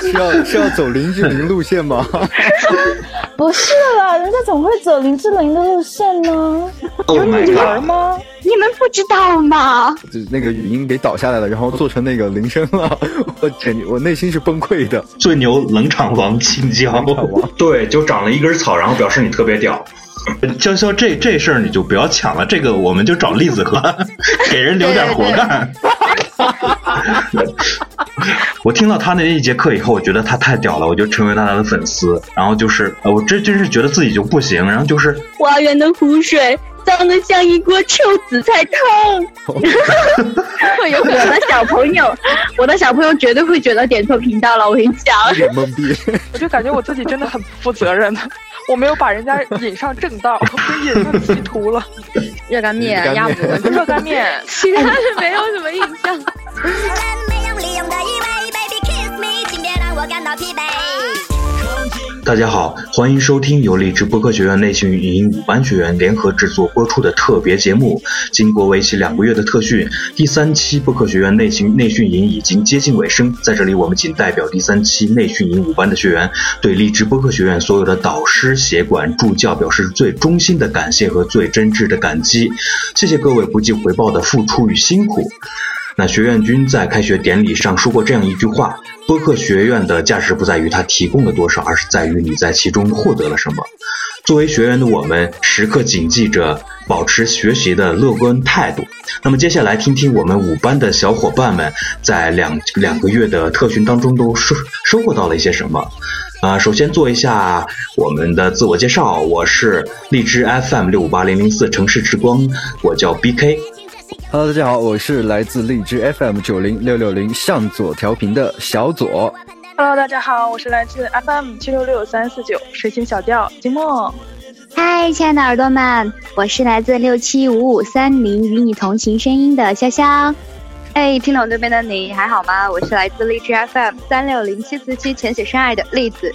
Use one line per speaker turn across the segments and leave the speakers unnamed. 是要是要走林志玲路线吗？
不是啦，人家怎么会走林志玲的路线呢？
Oh
有
my
女儿
god！
吗？
你们不知道吗？
就是那个语音给导下来了，然后做成那个铃声了， 我简直我内心是崩溃的。
最牛冷场王青椒，
对，就长了一根草，然后表示你特别 屌。
潇潇这这事儿你就不要抢了，这个我们就找栗子 了，给人留点活干。 我听到他那一节课以后，我觉得他太屌了，我就成为了他的粉丝。然后就是，呃我真真是觉得自己就不行。然后就是，
花园的湖水脏得像一锅臭紫菜汤。 会有我的小朋友，我的小朋友绝对会觉得点错频道了。我跟你 讲，
一脸懵逼。
我就感觉我自己真的很不负责任， 我没有把人家引上正道， 我被引上歧途了。
热干面
热干面
鸭脖子，
热干面，
其他的没有什么印象。
利用的依偎，Baby kiss me，今天让我感到疲惫。
大家好，欢迎收听由荔枝播客学院内训语音补班学员联合制作播出的特别节目。经过为期两个月的特训，第三期播客学院内训内训营已经接近尾声。在这里，我们仅代表第三期内训营五班的学员，对荔枝播客学院所有的导师、协管、助教表示最衷心的感谢和最真挚的感激。谢谢各位不计回报的付出与辛苦。那学院君在开学典礼上说过这样一句话：播客学院的价值不在于它提供了多少，而是在于你在其中获得了什么。作为学员的我们，时刻谨记着保持学习的乐观态度。那么接下来听听我们五班的小伙伴们在两两个月的特训当中都收收获到了一些什么。啊，首先做一下我们的自我介绍，我是荔枝 FM 六五八零零四城市之光，我叫 BK。
Hello，大家好，我是来自荔枝 FM 九零六六零向左调频的小左。
Hello，大家好，我是来自 FM 七六六三四九水星小调金梦。
嗨，亲爱的耳朵们，我是来自六七五五三零与你同行声音的潇潇。
哎，听懂对面的你还好吗？我是来自荔枝 FM 三六零七四七浅水深爱的栗子。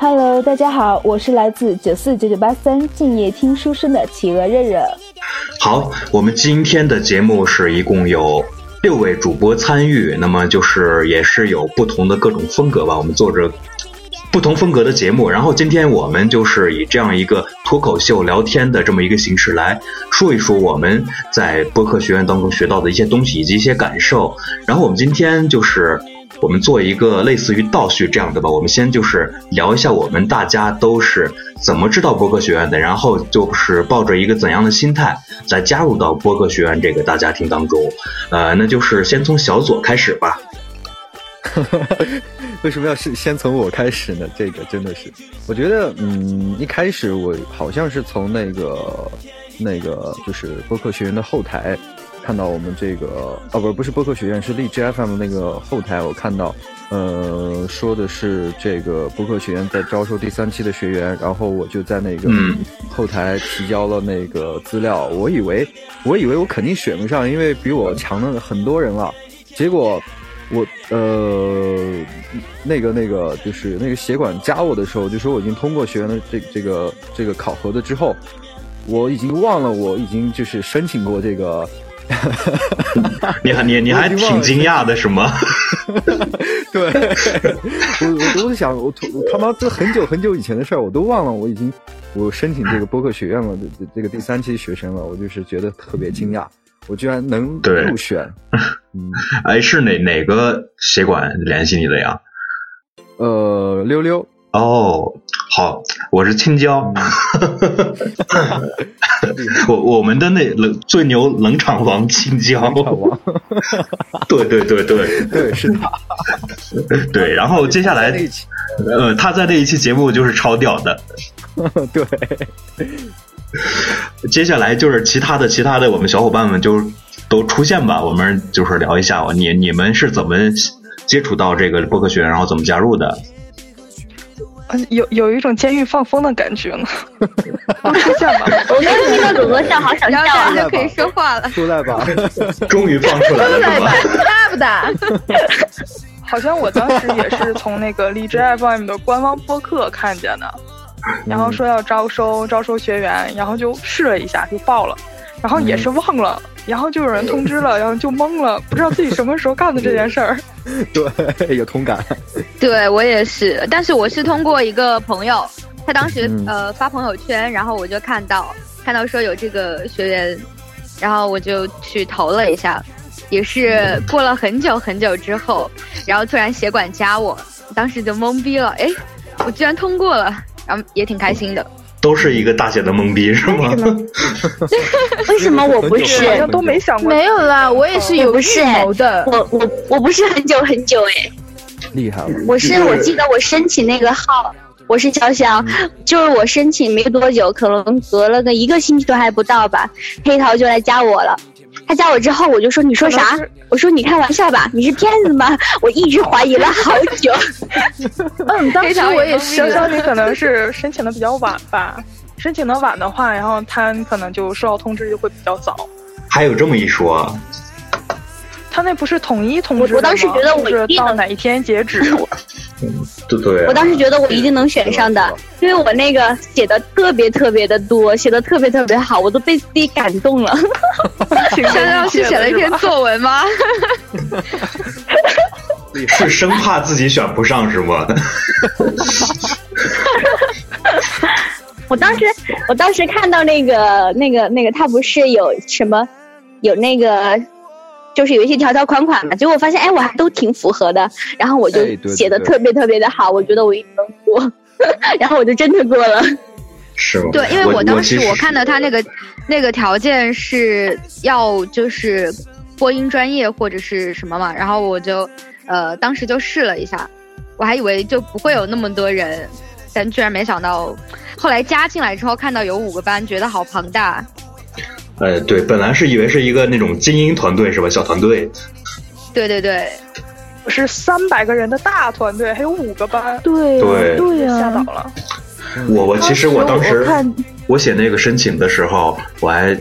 Hello，大家好，我是来自九四九九八三静夜听书声的企鹅热热。
好，我们今天的节目是一共有六位主播参与，那么就是也是有不同的各种风格吧，我们做着不同风格的节目。然后今天我们就是以这样一个脱口秀聊天的这么一个形式来说一说我们在播客学院当中学到的一些东西以及一些感受。然后我们今天就是。我们做一个类似于倒叙这样的吧，我们先就是聊一下我们大家都是怎么知道播客学院的，然后就是抱着一个怎样的心态来加入到播客学院这个大家庭当中。呃，那就是先从小左开始吧。
为什么要是先从我开始呢？这个真的是，我觉得，嗯，一开始我好像是从那个那个就是播客学院的后台看到我们这个，哦，不，不是播客学院，是荔枝 FM 那个后台，我看到，呃，说的是这个播客学院在招收第三期的学员，然后我就在那个
嗯
后台提交了那个资料，我以为我以为我肯定选不上，因为比我强的很多人了，结果。我呃，那个那个就是那个协管加我的时候，就说我已经通过学员的这这个这个考核的之后，我已经忘了我已经就是申请过这 个，
你还你你还挺惊讶的是吗？
对，我我都想我我他妈这很久很久以前的事儿，我都忘了我已经我申请这个播客学院了，这这这个第三期学生了，我就是觉得特别惊讶，我居然能
嗯对
入选，嗯，
哎，是哪哪个协管联系你的呀？
呃，溜溜，
哦，好，我是青椒。
嗯
我我们的那冷最牛冷场王青椒，
王
对对对对
对，是 他。
对，然后接下 来
在那一期
呃，他在那一期节目就是超屌的。
对，
接下来就是其他的，其他的我们小伙伴们就都出现吧，我们就是聊一下你你们是怎么接触到这个播客学院，然后怎么加 入的？
嗯，有有一种监狱放风的感觉 呢。都出现吧，
我刚听到鲁哥笑，好想笑
然后大
啊！
家就可以说话了，
出来吧。
终于放出来了，是吧？
大不大？
好像我当时也是从那个荔枝 FM 的官方播客看见的，然嗯后说要招收招收学员，然后就试了一下就报了，然后也是忘了然后就有人通知了，然后就懵了，不知道自己什么时候干的这件事儿。
对，有同感。
对我也是，但是我是通过一个朋友，他当时、呃发朋友圈，然后我就看到看到说有这个学员，然后我就去投了一下，也是过了很久很久之后，然后突然协管加我，当时就懵逼了，哎，我居然通过了，然后也挺开心的。
都是一个大写的懵逼，是吗？
为
什么我不是
好像都没想过，
没有啦，我
嗯
也是有
我不是
预谋的。
我我我不是很久很久哎，
厉害了？
我是我记得我申请那个号，我是潇潇，就是我申请没多久，可能隔了个一个星期都还不到吧，黑桃就来加我了。他加我之后，我就说你说
可
啥
能是？
我说你开玩笑吧，你是骗子吗？我一直怀疑了好久。
嗯，当时我也是
潇。潇，你可能是申请的比较晚吧。申请的晚的话，然后他可能就收到通知就会比较早。
还有这么一说，
他那不是统一通知
我我当时
的吗
觉得我
就是
一定
到
能
哪一天截止，
对对、啊。
我当时觉得我一定能选上的，因为我那个写的特别特别的多，写的特别特别好，我都被自己感动了。
挺
香香是写了一篇作文吗？
是生怕自己选不上是吗？
我当时，我当时看到那个、那个、那个，他不是有什么，有那个，就是有一些条条款款嘛。结果我发现，哎，我还都挺符合的。然后我就
哎对对
写的
对
特别特别的好，我觉得我一定能过。然后我就真的过了。
是吗？
对，因为
我
当时
其实
我看到他那个那个条件是要就是播音专业或者是什么嘛，然后我就呃当时就试了一下，我还以为就不会有那么多人，但居然没想到，后来加进来之后看到有五个班，觉得好庞大。
呃，对，本来是以为是一个那种精英团队是吧？小团队，
对对对，
我是三百个人的大团队，还有五个班，
对啊
对
对
吓到
呀，
了。
嗯
我我其实我当时
看
我写那个申请的时候，我还，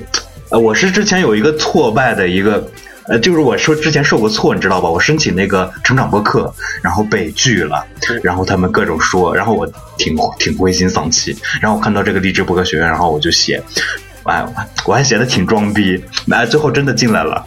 呃，我是之前有一个挫败的一个，呃，就是我说之前受过挫，你知道吧？我申请那个成长播客，然后被拒了，然后他们各种说，然后我挺挺灰心丧气，然后我看到这个励志播客学院，然后我就写。哎，我我还写的挺装逼，哎，最后真的进来了。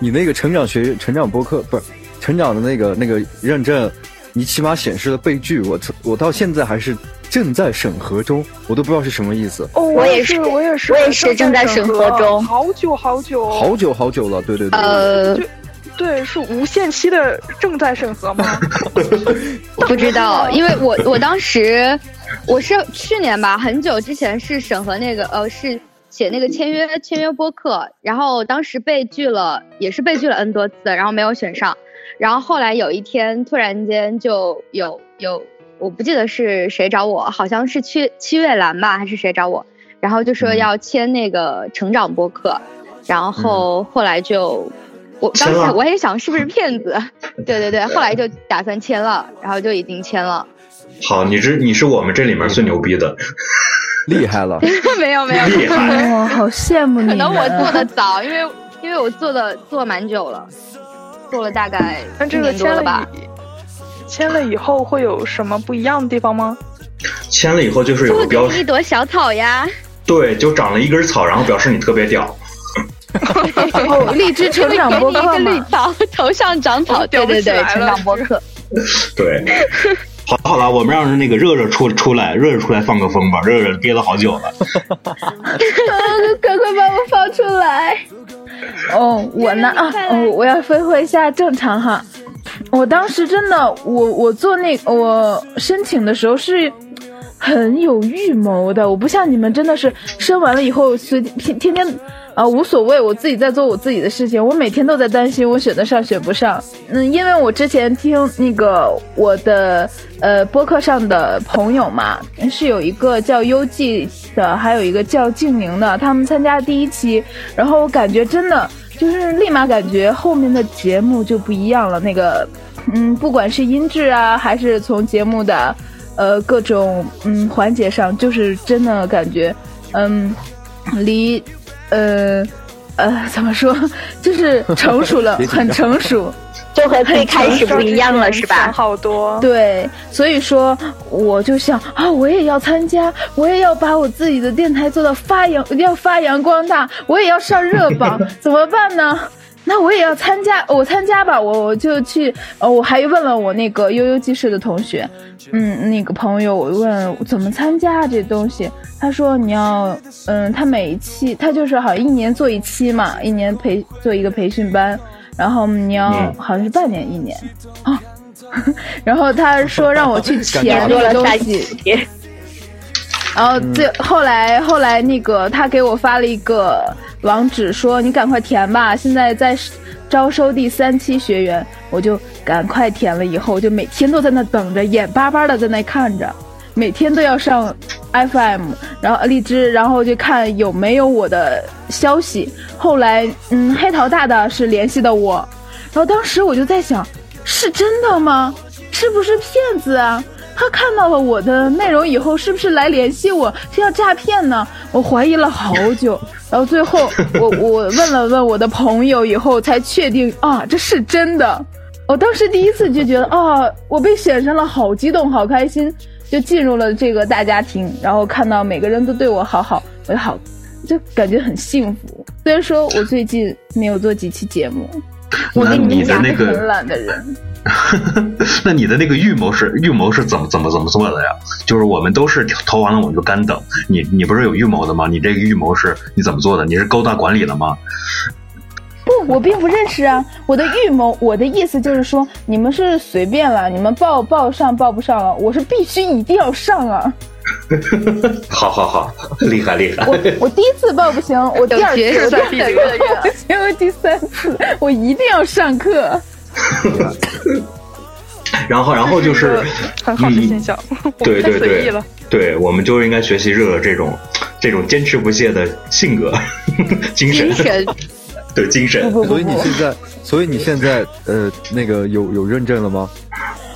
你那个成长学成长播客不是成长的那个那个认证，你起码显示了被拒，我我到现在还是正在审核中，我都不知道是什么意思，
哦，
我也
也
是
我也是，
我也是正在
审
审核中
好久好久，
好久好久了，对对对，
嗯
呃，
对，是无限期的正在审核吗？
不知道，因为我我当时我是去年吧，很久之前是审核那个呃是写那个签约签约播客，然后当时被拒了，也是被拒了 N 多次，然后没有选上，然后后来有一天突然间就有有我不记得是谁找我，好像是七七月兰吧还是谁找我，然后就说要签那个成长播客，然后后来就。我当时
签了
我也想是不是骗子，对对对，后来就打算签了，然后就已经签了。
好，你这你是我们这里面最牛逼的，
厉害 了，
没有没有，
厉 害！
哇，好羡慕你
可
们。啊
能我做的早，因为因为我做的做蛮久了，做了大概
但
一
这个
年多
签
了
了
吧。
以签了以后会有什么不一样的地方吗？
签了以后就是有
就
个标
给你一
识，
朵小草呀，
对，就长了一根草，然后表示你特别屌。
哦，荔枝成长播
给你
客
一个绿
嘛，
草，头上长草。对
我屌不
对
起
对，
来
成
了
长播客。
对，好好了，我们让那个热热出出来，热热出来放个风吧，热热憋了好久了。
快快把我放出来！哦，我呢啊，我我要恢复一下正常哈。我当时真的，我我做那我申请的时候是很有预谋的，我不像你们真的是申完了以后随天天天啊、无所谓，我自己在做我自己的事情，我每天都在担心我选得上选不上。嗯，因为我之前听那个我的呃播客上的朋友嘛，是有一个叫优记的，还有一个叫静宁的，他们参加第一期，然后我感觉真的就是立马感觉后面的节目就不一样了，那个嗯，不管是音质啊，还是从节目的呃各种嗯环节上，就是真的感觉嗯离呃呃怎么说，就是成熟了，
别紧张
很成熟。
就和最开始不一样了，是吧？
好多。
对，所以说我就想啊，我也要参加，我也要把我自己的电台做到发扬，要发扬光大，我也要上热榜，怎么办呢？那我也要参加，我参加吧，我我就去，呃，我还问了我那个悠悠记事的同学，嗯，那个朋友，我问怎么参加、啊、这东西，他说你要，嗯，他每一期他就是好像一年做一期嘛，一年培做一个培训班，然后你要好像是半年一年啊， 然后他说让我去填那个东西，然后最后来后来那个他给我发了一个。网址说你赶快填吧，现在在招收第三期学员，我就赶快填了。以后我就每天都在那等着，眼巴巴的在那看着，每天都要上 FM，然后荔枝，然后就看有没有我的消息。后来，嗯，黑桃大大是联系的我，然后当时我就在想，是真的吗？是不是骗子啊？他看到了我的内容以后，是不是来联系我是要诈骗呢？我怀疑了好 久，然后最后我我问了问我的朋友以后，才确定啊，这是真的。我当时第一次就觉得啊，我被选上了，好激动，好开心，就进入了这个大家庭，然后看到每个人都对我好好，我就好，就感觉很幸福。虽然说我最近没有做几期节目，我跟
你
讲，
那个
很懒的人。
那你的那个预谋是预谋是怎么怎么怎么做的呀？就是我们都是投完了我们就干等你，你不是有预谋的吗？你这个预谋是你怎么做的？你是勾搭管理了吗？
不，我并不认识啊。我的预谋，我的意思就是说，你们是随便了，你们报报上报不上了，我是必须一定要上啊。
好好好，厉害厉害！
我我第一次报不行，我第二次、
算第
第三
几个月
次、我第三次，我一定要上课。
然后然后就是
很好的现 象，我
对
们太
对
随意
对
了。，
对我们就应该学习热热这种 这种坚持不懈的性格、 精神
精，神
对精神。
不不
所以
不
你，现在，所以你现在呃那个有有认证了吗？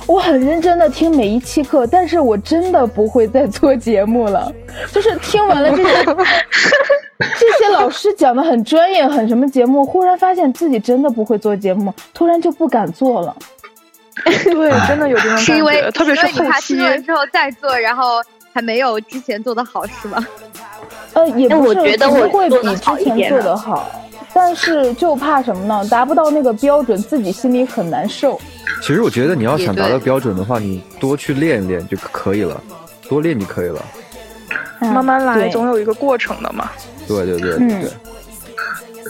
我很认真的听每一期课，但是我真的不会再做节目了。就是听完了这 些这些老师讲的很专业，很什么节目，忽然发现自己真的不会做节目，突然就不敢做了。
对，
哎
真的有这种感
是因为
觉，特别是
因为
后
你怕
期
听。了之后再做，然后还没有之前做的好是吗？
呃，也
但
不
我
是
觉得
肯定
我
会
做
比
得好
之
一
前
点
做
了
的好，但是就怕什么呢？达不到那个标准，自己心里很难受。
其实我觉得你要想达
也
到
对
标准的话，你多去练一练就可以了，多练就可以了。
嗯
慢慢来，
对
总有一个过程的嘛。
对对对
嗯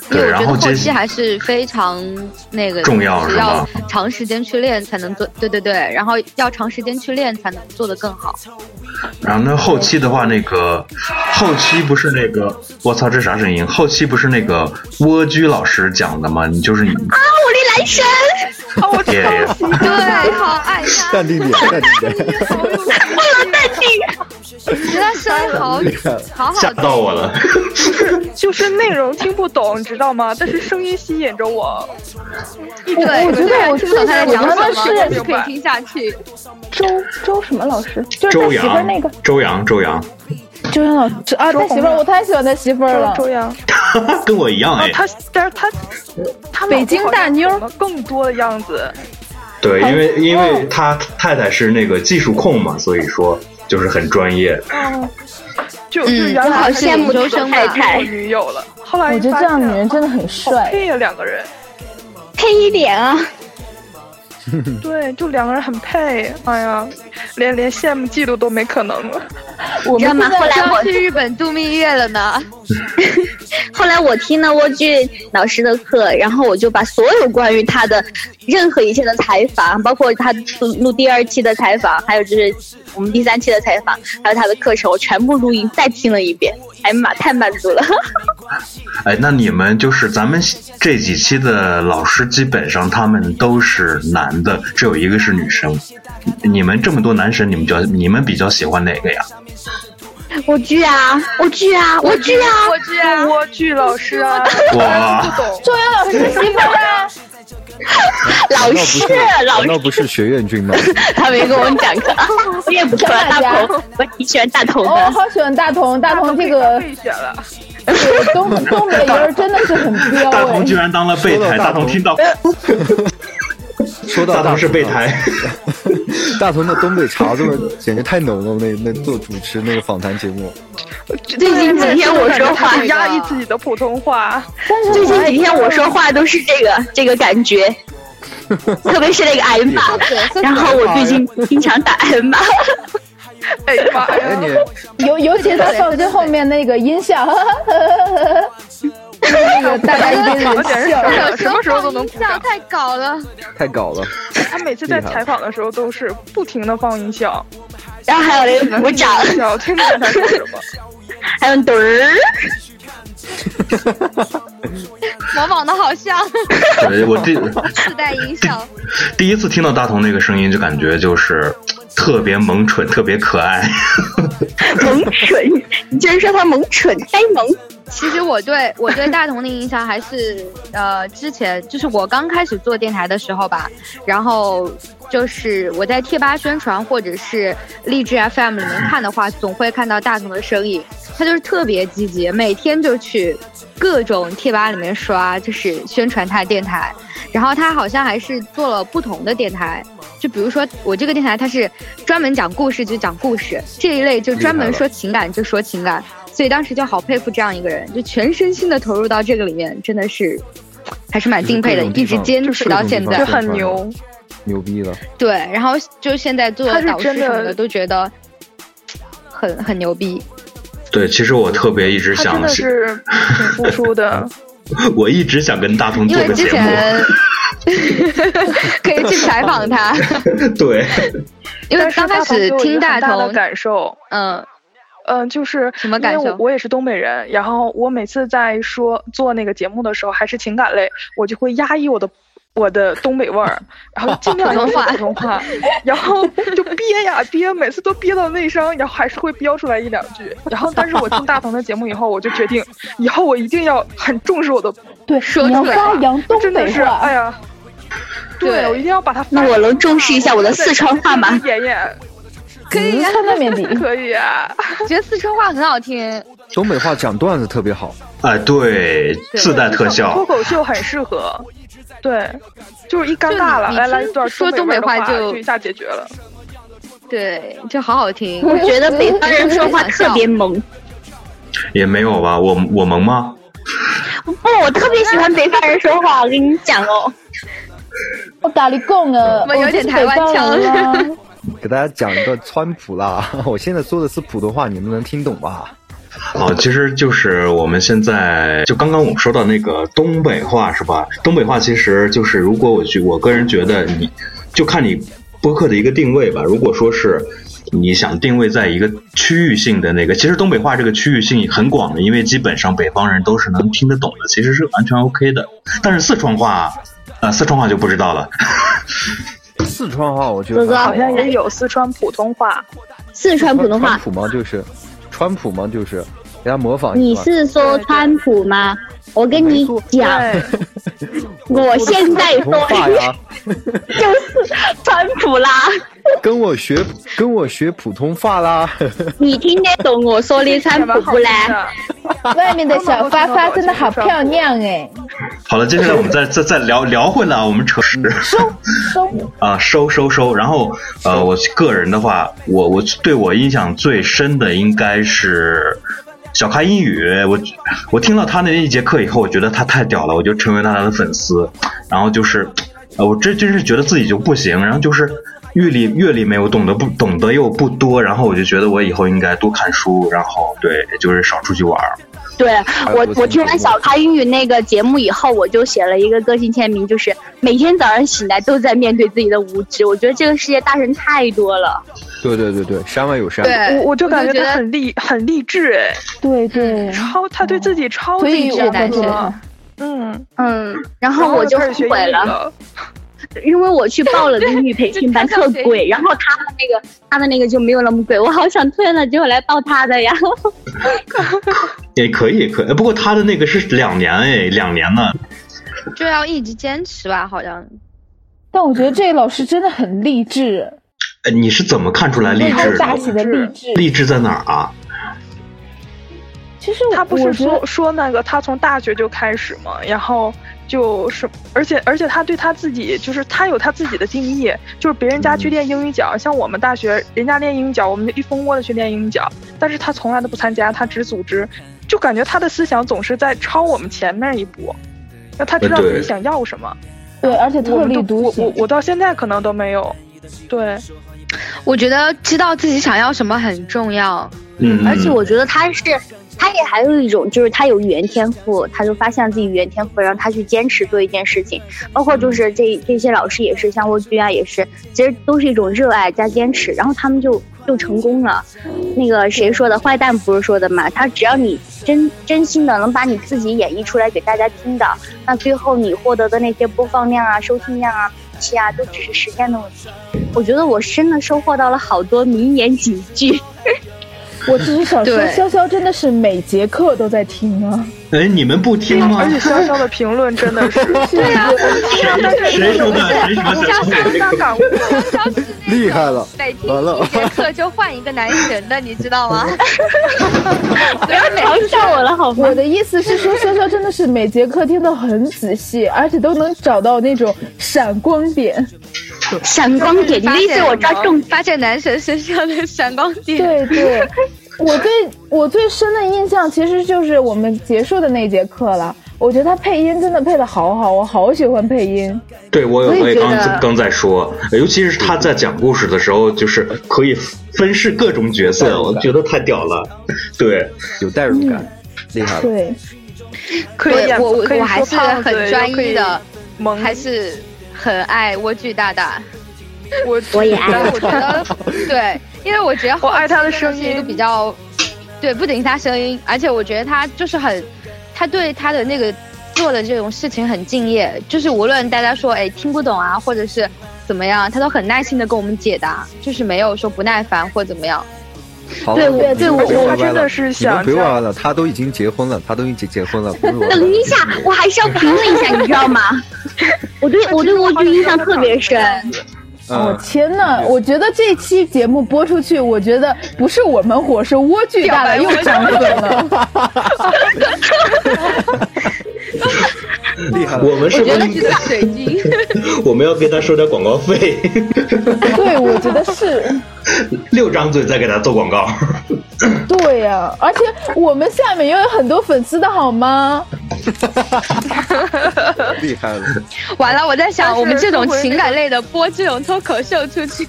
对，
对
因为我
然
觉得
后接
后期还是非常那个
重要
就是是
吗
要长时间去练才能做，对对对，然后要长时间去练才能做得更好。
然后那后期的话，那个后期不是那个，我操，这啥声音？后期不是那个蜗居老师讲的吗？你就是你哎
男神，
啊，我
也
对，好爱他，
淡定点，淡定点。
觉得声音好好好
吓到我了。
就是内容听不懂，你知道吗？但是声音吸引着我。
听，
我
对，
我觉得我
听不懂他在
是
讲
我觉得
什么，
是
但是可以听下去。
周周什么老师？就是他
周
媳妇儿
洋
那个，
周洋， 周洋，
周洋老师啊，
周
他
红
媳妇儿，
啊
我太喜欢他媳妇儿了。
周洋
跟我一样
啊
哎，，
他但是他他
北京大妞儿
更多的样子，
对，因为因为他太太是那个技术控嘛，所以说就是很专业。
就就
嗯
原来
就好
还是
羡慕
周
周深
太
吧
太女友了，后来
我觉得这样的女人真的很
好
帅。
配呀，两个人。
配一点啊，
对，就两个人很配，哎呀，连连羡慕嫉妒都没可能了。
我们
知道吗
现在
后来
就要去日本度蜜月了呢，
后来我听了蜗居老师的课，然后我就把所有关于他的任何一切的采访，包括他录录第二期的采访，还有就是我们第三期的采访，还有他的课程，我全部录音再听了一遍。哎呀妈，太满足了！
哎，那你们就是咱们这几期的老师，基本上他们都是男的，只有一个是女生。你们这么多男神，你们比较你们比较喜欢哪个呀？
我去啊，我去啊，我去啊！
我去啊，
蜗居老师啊，
哇
不懂，
周洋老师的媳妇儿啊，
老
难道不
师
是，
啊老
难道
师，
不是学院君 吗？
他没跟我们讲 课，你也不错，大头，我挺喜欢大头
哦，我
的。
好喜欢大同，大同这
大
个
头被选了，
对东东北人真的是很
大
彪
同居
哎。
然当了备
说
胎，
到
大
大
同
同
听到
说到
大
大
同是
同
备
啊
胎，
大同的东北碴子味儿简直太浓了，那那做主持那个访谈节目，
最近几天我说话
他压抑自己的普通话，
最近几天我说话都是这个这个感 觉，特别是那个挨骂，然后我最近经常打挨骂，
哎呀妈
哎你
呀！
尤尤其他放最后面那个音效，那个大家一定
我简
得
直
笑。
是什么时候都能鼓
笑
掌。
太搞了，
太搞了，
他每次在采访的时候都是不停的放音效，
然后还有那个鼓掌，
音效，听不见他说什么。
还有嘚儿，
往往的好像
对我第
自带音效，
第一次听到大同那个声音，就感觉就是特别萌蠢，特别可爱。
萌蠢，你居然说他萌蠢，哎呆萌。
其实我对我对大同的印象还是呃，之前就是我刚开始做电台的时候吧，然后就是我在贴吧宣传或者是荔枝 FM 里面看的话，总会看到大同的身影，他就是特别积极，每天就去各种贴吧里面刷，就是宣传他的电台，然后他好像还是做了不同的电台。就比如说，我这个电台它是专门讲故事，就讲故事这一类，就专门说情感就说情感，所以当时就好佩服这样一个人，就全身心的投入到这个里面，真的是还是蛮敬佩的，
就是各种地
一直
方
坚持到现
就
在
是。
很牛，
牛逼了，
对，然后就现在做
他是
导师
真的
什么的都觉得很很牛逼。
对，其实我特别一直
他真
想
的，是挺付出的。
我一直想跟大同
因
做
为
个
之
节目。
前 可以去采访 他，
对，
因为
但是
刚开始
给我一
听
个
大
很的
同，
感受，
嗯，
嗯，就是
什么感
因为
受
我也是东北人，然后我每次在说做那个节目的时候，还是情感类，我就会压抑我的。我的东北味儿，然后尽量
普
说
通话
普通话，然后就憋呀憋，每次都憋到内伤，然后还是会飙出来一两句。然后，但是我听大同的节目以后，我就决定，以后我一定要很重视我的，
对，
说
你要
出来
发扬东
真的
北
是，哎
话，
呀，对
对
我一定要把它。
那我能重视一下我的四川话吗？
爷爷
可以
嗯
啊，
川菜面的，
可以啊，
觉得四川话很好听。
东北话讲段子特别好，
哎，对，
对
自带特
脱
效，
口秀很适合，对，就是一尴尬了，
就你
来
你
来一段
听说
北味儿的
东北话就
就一下解决了。
对，就好好听。
我觉得北方人说话特别萌，
也没有吧？我我萌吗？
不，哦我特别喜欢北方人说话，我跟你讲哦，
我打你讲啊，
们有
我
点
是
台湾
北方人啊
给大家讲一个川普啦， 我现在说的是普通话，你们能听懂吧？
哦，其实就是我们现在就刚刚我们说到那个东北话是吧？东北话其实就是，如果我去，我个人觉得你就看你播客的一个定位吧。如果说是你想定位在一个区域性的那个，其实东北话这个区域性很广的，因为基本上北方人都是能听得懂的，其实是完全 OK 的。但是四川话，呃，四川话就不知道了。
四川话我觉得
哥哥
还
好
好像也有四川普通话，
四川普通
川
话。
普嘛就是，川普嘛就是，给他模仿一
你
下嘛。
是说川普吗？我跟你讲，
对，
我现在
普通话
说
呀，
就是川普啦，
跟我学跟我学普通话啦。
你听得懂我说的川
还
普
蛮好
不
听
啦？
的。
外面的小花花真的好漂亮哎，
好了，接下来我们再再再聊聊回来啊，我们扯时。
嗯收
啊，收收收。然后呃，我个人的话，我我对我印象最深的应该是小咖英语。我我听到他那一节课以后，我觉得他太屌了，我就成为了他的粉丝。然后就是，呃，我这真是觉得自己就不行。然后就是。阅历阅历没有懂得不懂得又不多，然后我就觉得我以后应该多看书，然后对，就是少出去玩儿。
对我
我，
我听完小咖英语那个节目以后，我就写了一个个性签名，就是每天早上醒来都在面对自己的无知。我觉得这个世界大神太多了，
对对对对，山外有山。
对，
我我就感觉
觉
他
得
很励很励志哎，
对对，
超他对自己超
哦所
励
以
志
我
男
们
生
的，嗯，
嗯，
然后我就
开
后
始学英
悔
语
了。
了，
因为我去报了英 语培训班，
对就
特
看上
贵，然后他的那个他的那个就没有那么贵，我好想退了，结果来报他的呀。
也可以，可以。哎不过他的那个是两年哎，两年呢，
就要一直坚持吧，好像
但我觉得这老师真的很励志，
哎你是怎么看出来励
为他
志
打起的
的？
励志。
励志在哪儿啊？
其实我
他不是
我觉得
说说那个他从大学就开始嘛，然后就是，而且而且他对他自己，就是他有他自己的定义，就是别人家
嗯
去练英语角，像我们大学人家练英语角，我们就一蜂窝的去练英语角，但是他从来都不参加，他只组织，就感觉他的思想总是在超我们前面一步，那他
呃
知道自己
对
想要什么，
对，而且
我
特
们
立
都
独
我我
行。
我到现在可能都没有，对，
我觉得知道自己想要什么很重要。
嗯，
而且我觉得他是，他也还有一种就是他有语言天赋，他就发现自己语言天赋，让他去坚持做一件事情。包括就是这这些老师也是，像蜗居啊也是，其实都是一种热爱加坚持，然后他们就就成功了。那个谁说的？坏蛋不是说的嘛？他只要你真真心的能把你自己演绎出来给大家听的，那最后你获得的那些播放量啊、收听量啊、名气啊，都只是时间的问题。我觉得我真的收获到了好多名言警句。
我只是想说，
对
潇潇真的是每节课都在听啊。
哎，你们不听吗
啊
而？且潇潇的评论真的 是，
对呀、啊
谁说的？谁说
我
的？
想想
深大感悟。
消失那
厉害了
种每听
完了
一节课就换一个男神的，你知 道吗？不要每
嘲笑我了好吗？
我的意思是说，潇潇真的是每节课听得很仔细，而且都能找到那种闪光点。
闪光点，你的意思我抓重
发现男神身上的闪光点。
对对，我最我最深的印象其实就是我们结束的那节课了。我觉得他配音真的配的好好，我好喜欢配音。
对我有，
我也
我也刚
觉得
刚在说，哎尤其是他在讲故事的时候，就是可以分饰各种角色，我觉得太屌了。对，
有代入感，厉
啊
害了。
对，
可以演，
我我
可以
我还
说
是
胖子
很专一，的，
萌，
还是很爱莴苣大大。
我
我也爱
但我觉得对，因为我觉得
我爱他
后期
的
真
声
是一个
音
比较，对，不仅是他声音，而且我觉得他就是很，他对他的那个做的这种事情很敬业，就是无论大家说哎听不懂啊，或者是怎么样，他都很耐心的跟我们解答，就是没有说不耐烦或怎么样。
好
对
了，
对
你们
我
不要
我
歪歪
真的
了
是
你们
想
不用玩了，他都已经结婚了，他都已经结婚了，不是 我
等一下，我还是要评论一下，你知道吗？ 我对我对蜗居印象特别深，
我、
啊
嗯，
天呐，我觉得这期节目播出去，我觉得不是我们火，是莴苣大大又涨粉了。
嗯厉害了。
我们是
我
不
觉得
是
是大水军，
我们要给他收点广告费？
对，我觉得是。
六张嘴在给他做广告。
对呀、而且我们下面也有很多粉丝的好吗？
厉害了，
完了我在
但
想
是
我们这种
说回
情
那
感类的播这种脱口秀出去，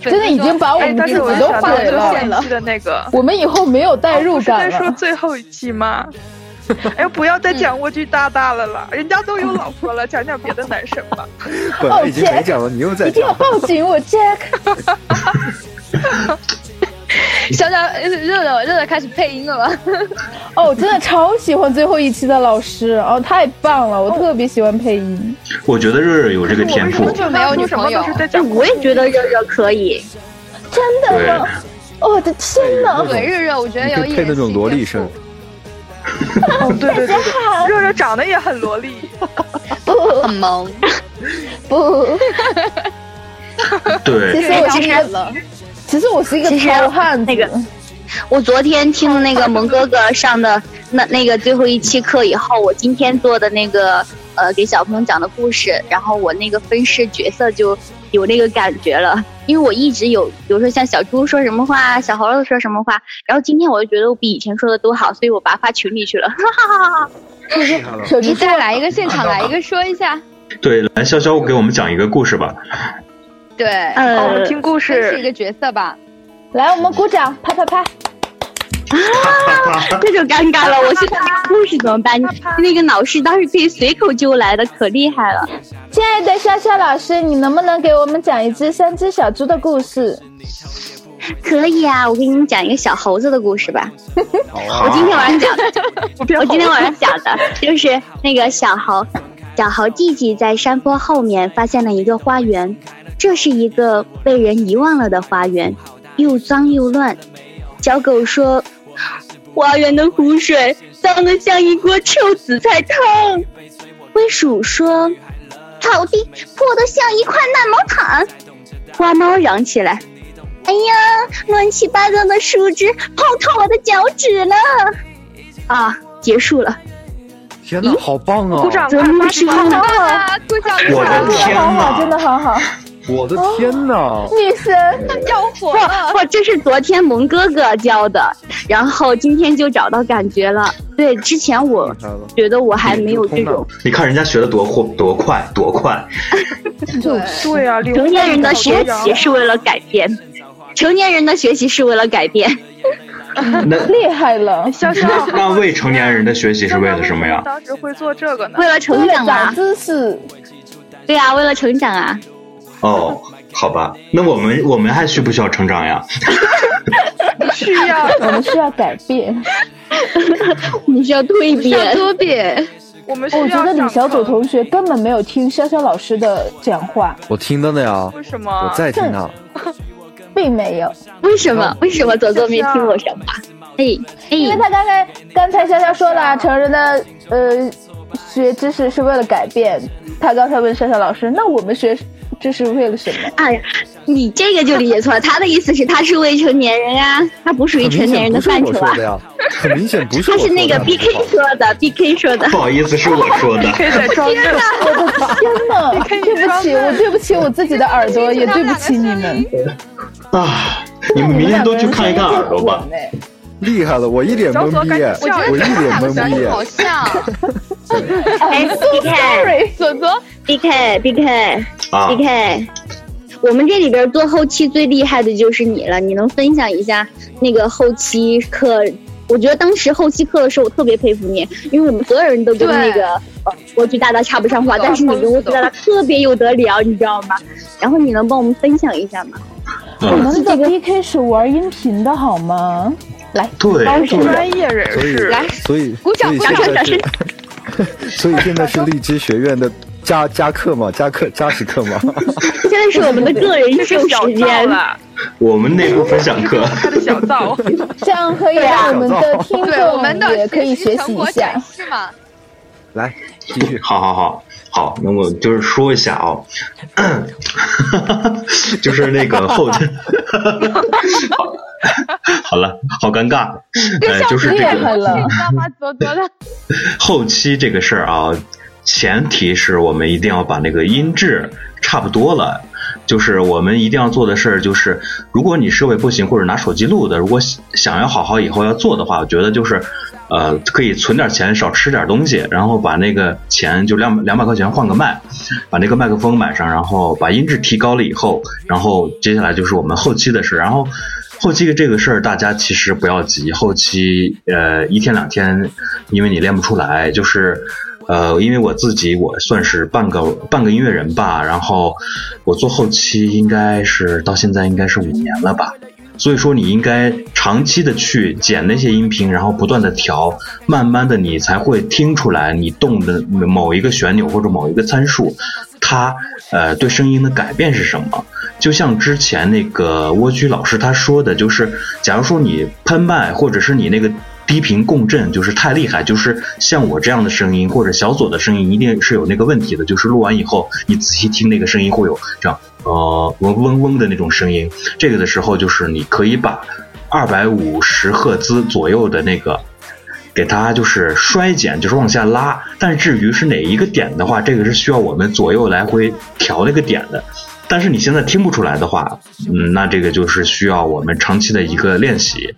真的已经把我
哎
们，
但
自己
是我就
都
想到
毁
最
了
后。一期的那个， 哦
我们以后没有代入
不是在
感
说
了。
最后一期吗？哎，不要再讲蜗居大大了啦，人家都有老婆了，讲讲别的男神吧。
本来已经没讲了，你又在
一定要
讲。
抱紧我 Jack！
小小热热热热开始配音了。
哦，真的超喜欢最后一期的老师哦，太棒了，我特别喜欢配音。
我觉得瑞瑞有这个天赋，
就没有女朋友
我为什么都是在
哎
讲，
我也觉得热热可以。
真
对
的吗？我的天哪！
对热热，我觉得
你
有
可
一
以
点
配那种
性
萝莉
天
声
赋，
哦对对对对，热热长得也很萝莉，
很萌。
不，
对
其实我是一个，
了，
其实我是一个
其实
糙汉子。
那个我昨天听那个萌哥哥上的那那个最后一期课以后，我今天做的那个呃给小朋友讲的故事，然后我那个分饰角色就有那个感觉了，因为我一直有，比如说像小猪说什么话，小猴子说什么话，然后今天我就觉得我比以前说的都好，所以我把它发群里去了，哈哈哈哈。
手
你
机
再来一个现场，来一个说一下。
对，来潇潇给我们讲一个故事吧。
对，
哦我
呃
们，听故
真是一
事，
个角色吧？
来，我们鼓掌，啪啪啪！
这就尴尬了，我现 在那个故事怎么办？那个老师当时可以随口就来的，可厉害了。
亲爱的夏夏老师，你能不能给我们讲一只三只小猪的故事？
可以啊，我给你们讲一个小猴子的故事吧。
啊
我今天晚上讲，
我变
啊我今天
好
晚上讲的就是那个小猴，小猴弟弟在山坡后面发现了一个花园，这是一个被人遗忘了的花园，又脏又乱。小狗说：“花园的湖水脏得像一锅臭紫菜汤。”灰鼠说：“草地破得像一块烂毛毯。”花猫嚷起来：“哎呀，乱七八糟的树枝碰到我的脚趾了！”啊，结束了。
天哪，好棒啊！
鼓掌快发 十
好棒啊！鼓掌！
我的天
好好，真的
呐！
好好，
我的天哪！
女神，
要火
不
了！
不，这是昨天萌哥哥教的，然后今天就找到感觉了。对，之前我
厉害了
觉得我还没有这
领
种
悟
你看人家学的多快，多快，多快！
对，
对啊，领
成年人的学
好多
习
呀
是为了改变，成年人的学习是为了改变。
那
厉害了，
潇潇，
那未成年人的学 习是为了什么呀？
当时会做这个呢
为，了成长
长
啊，
知识，
对啊，为了成长啊。
哦，好吧，那我们我们还需不需要成长呀？
需要
我们需要改变。
我们需要蜕
要
变，
多比，
我们需要
哦我觉得李小左
掌控
同学根本没有听潇潇老师的讲话，
我听的呢呀，
为什么？
我在听呢。
并没有，
为什么？为什么左左没听我说话？哎
因为
哎，
他刚才刚才潇潇说了，成人的呃学知识是为了改变。他刚才问潇潇老师，那我们学知识为了什么？
哎呀，你这个就理解错了。他的意思是他是未成年人啊，他不属于
很
成
明
年人
显
的
不是我
范畴
说
啊
的。呀，很明显不是
他
我说
是
的呀。
那个 B K 说的，B K 说 的。
不好意思，是我说的。
可以在装嫩，
天哪，
可以
对不
装
起，
嫩
我对不起我自己的耳朵，也对不起你们。
啊，你们明天都去看一看耳朵吧。
厉害了，我一脸懵
小左
逼
赶紧
耶，
我觉得
我一
咱们
脸
两个
懵
声
逼
音好
耶。
像。
哎，B K
左左，
B K B K
啊
B，K，我们这里边做后期最厉害的就是你了，你能分享一下那个后期课？我觉得当时后期课的时候，我特别佩服你，因为我们所有人都跟
对
那个呃蜗居大大插不上话，
懂
但是你跟蜗居大大特别有得聊，你知道吗？然后你能帮我们分享一下吗？
嗯
我们的 B K 是玩音频的好吗？
对对，
哦专业人
所以
士。
所以
鼓掌
所以
鼓掌
现在
掌声
是，所以现在是荔枝学院的加加课嘛，加课加时课嘛。
现在是我们的个人
这
秀
是小啊
时
灶
间，
了，
我们内部分享课。
他的小灶，
这样可以让我们的听
对我们
众
的
也可以学习
成
一
果
下
展。示嘛，
来，继续。
好好好好，那我就是说一下啊、 就是那个后， 好了，好尴尬，呃，就是这
厉害
个
了，
妈妈左左的，
后期这个事儿啊，前提是我们一定要把那个音质差不多了。就是我们一定要做的事儿，就是如果你设备不行或者拿手机录的，如果想要好好以后要做的话，我觉得就是，呃，可以存点钱，少吃点东西，然后把那个钱就两两百块钱换个麦，把那个麦克风买上，然后把音质提高了以后，然后接下来就是我们后期的事，然后。后期这个事儿，大家其实不要急。后期，呃，一天两天，因为你练不出来，就是，呃，因为我自己我算是半个半个音乐人吧，然后我做后期应该是到现在应该是五年了吧，所以说你应该长期的去剪那些音频，然后不断的调，慢慢的你才会听出来你动的某一个旋钮或者某一个参数，它呃对声音的改变是什么。就像之前那个蜗居老师他说的，就是假如说你喷麦或者是你那个低频共振就是太厉害，就是像我这样的声音或者小左的声音，一定是有那个问题的，就是录完以后你仔细听那个声音会有这样呃嗡嗡嗡的那种声音。这个的时候，就是你可以把二百五十赫兹左右的那个。给它就是衰减，就是往下拉。但至于是哪一个点的话，这个是需要我们左右来回调那个点的。但是你现在听不出来的话，嗯，那这个就是需要我们长期的一个练习。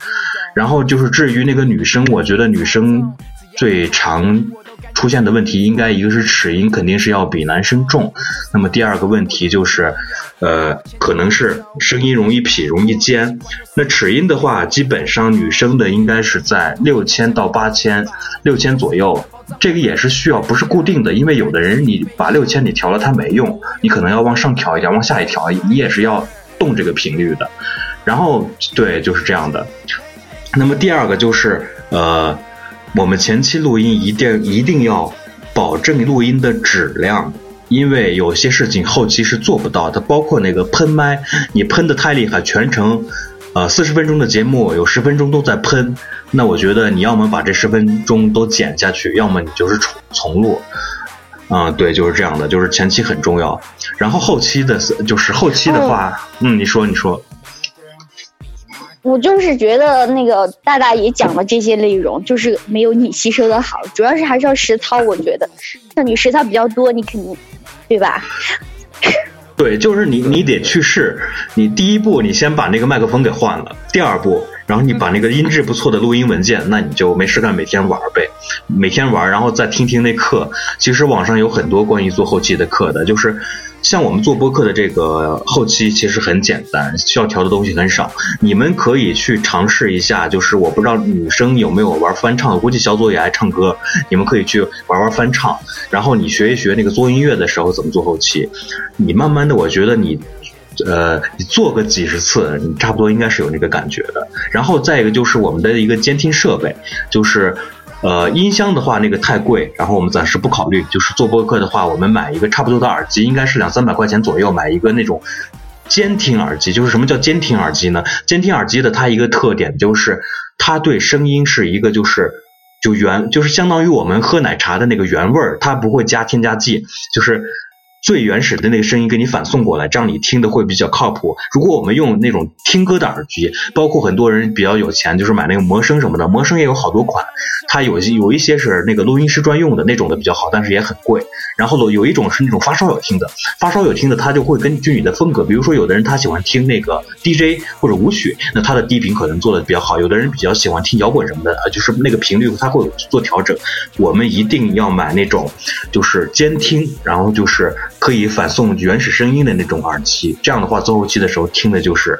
然后就是至于那个女生，我觉得女生最常出现的问题，应该一个是齿音肯定是要比男生重，那么第二个问题就是，呃，可能是声音容易痞，容易尖。那齿音的话，基本上女生的应该是在六千到八千，六千左右。这个也是需要，不是固定的，因为有的人你把六千你调了它没用，你可能要往上调一点，往下一调，你也是要动这个频率的。然后对，就是这样的。那么第二个就是呃，我们前期录音一定一定要保证录音的质量。因为有些事情后期是做不到的，包括那个喷麦，你喷的太厉害，全程，呃，四十分钟的节目有十分钟都在喷，那我觉得你要么把这十分钟都剪下去，要么你就是重重录，啊、对，就是这样的，就是前期很重要，然后后期的，就是后期的话，嗯，你说，你说，
我就是觉得那个大大爷讲的这些内容，就是没有你吸收的好，主要是还是要实操。我觉得，像你实操比较多，你肯定，对吧？
对，就是你，你得去试。你第一步，你先把那个麦克风给换了；第二步，然后你把那个音质不错的录音文件，那你就没事干，每天玩呗，每天玩，然后再听听那课。其实网上有很多关于做后期的课的，就是像我们做播客的这个后期，其实很简单，需要调的东西很少。你们可以去尝试一下，就是我不知道女生有没有玩翻唱，估计小左也爱唱歌，你们可以去玩玩翻唱，然后你学一学那个做音乐的时候怎么做后期。你慢慢的，我觉得你，呃，你做个几十次，你差不多应该是有那个感觉的。然后再一个就是我们的一个监听设备，就是。呃，音箱的话那个太贵，然后我们暂时不考虑。就是做播客的话，我们买一个差不多的耳机，应该是两三百块钱左右，买一个那种监听耳机。就是什么叫监听耳机呢？监听耳机的它一个特点就是它对声音是一个就是就原就是相当于我们喝奶茶的那个原味儿，它不会加添加剂，就是最原始的那个声音给你反送过来，这样你听的会比较靠谱。如果我们用那种听歌的耳机，包括很多人比较有钱，就是买那个魔声什么的，魔声也有好多款，它有一有一些是那个录音师专用的那种的比较好，但是也很贵。然后有一种是那种发烧友听的，发烧友听的它就会根据你的风格，比如说有的人他喜欢听那个 DJ 或者舞曲，那他的低频可能做的比较好；有的人比较喜欢听摇滚什么的，呃就是那个频率他会有做调整。我们一定要买那种就是监听，然后就是可以反送原始声音的那种耳机，这样的话做后期的时候听的就是。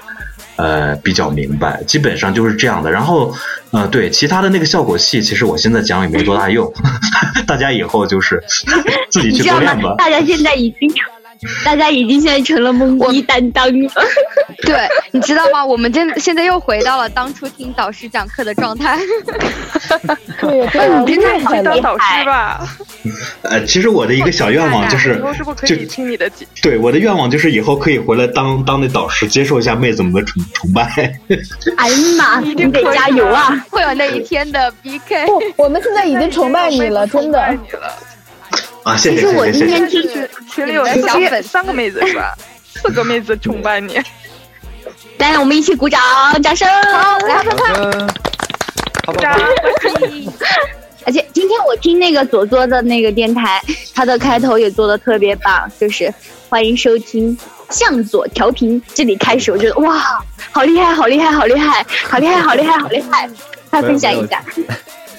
呃，比较明白，基本上就是这样的。然后，呃，对其他的那个效果器，其实我现在讲也没多大用， 大家以后就是自己
你
去
知
多
道
练吧
吗？。大家现在已经成，大家已经现在成了懵逼担当了。
对，你知道吗？我们真的现在又回到了当初听导师讲课的状态。
对对，
哎，
我
你
真
真
的
的已经当导师吧？
呃，其实我的一个小愿望就是
以后是不是可
就
以听你的节？
对我的愿望就是以后可以回来当当那导师，接受一下妹子们的崇崇拜。
哎呀妈，
你
你
一定
得
可以
加油啊！
会有那一天的 BK。
不，我们现在已经崇拜你了，真
崇拜
的。
你了。
啊，谢
其
谢
实我
谢谢谢谢。
但
今天听
是群群里有
你的小
三个
粉丝
三个妹子是吧？四个妹子崇拜你，
来，我们一起鼓掌，掌声！
掌声，好不
渣
好？
而且今天我听那个左左的那个电台，他的开头也做的特别棒，就是欢迎收听向左调频。这里开始我觉得哇，好厉害，好厉害，好厉害，好厉害，好厉害，好厉害！快分享一下，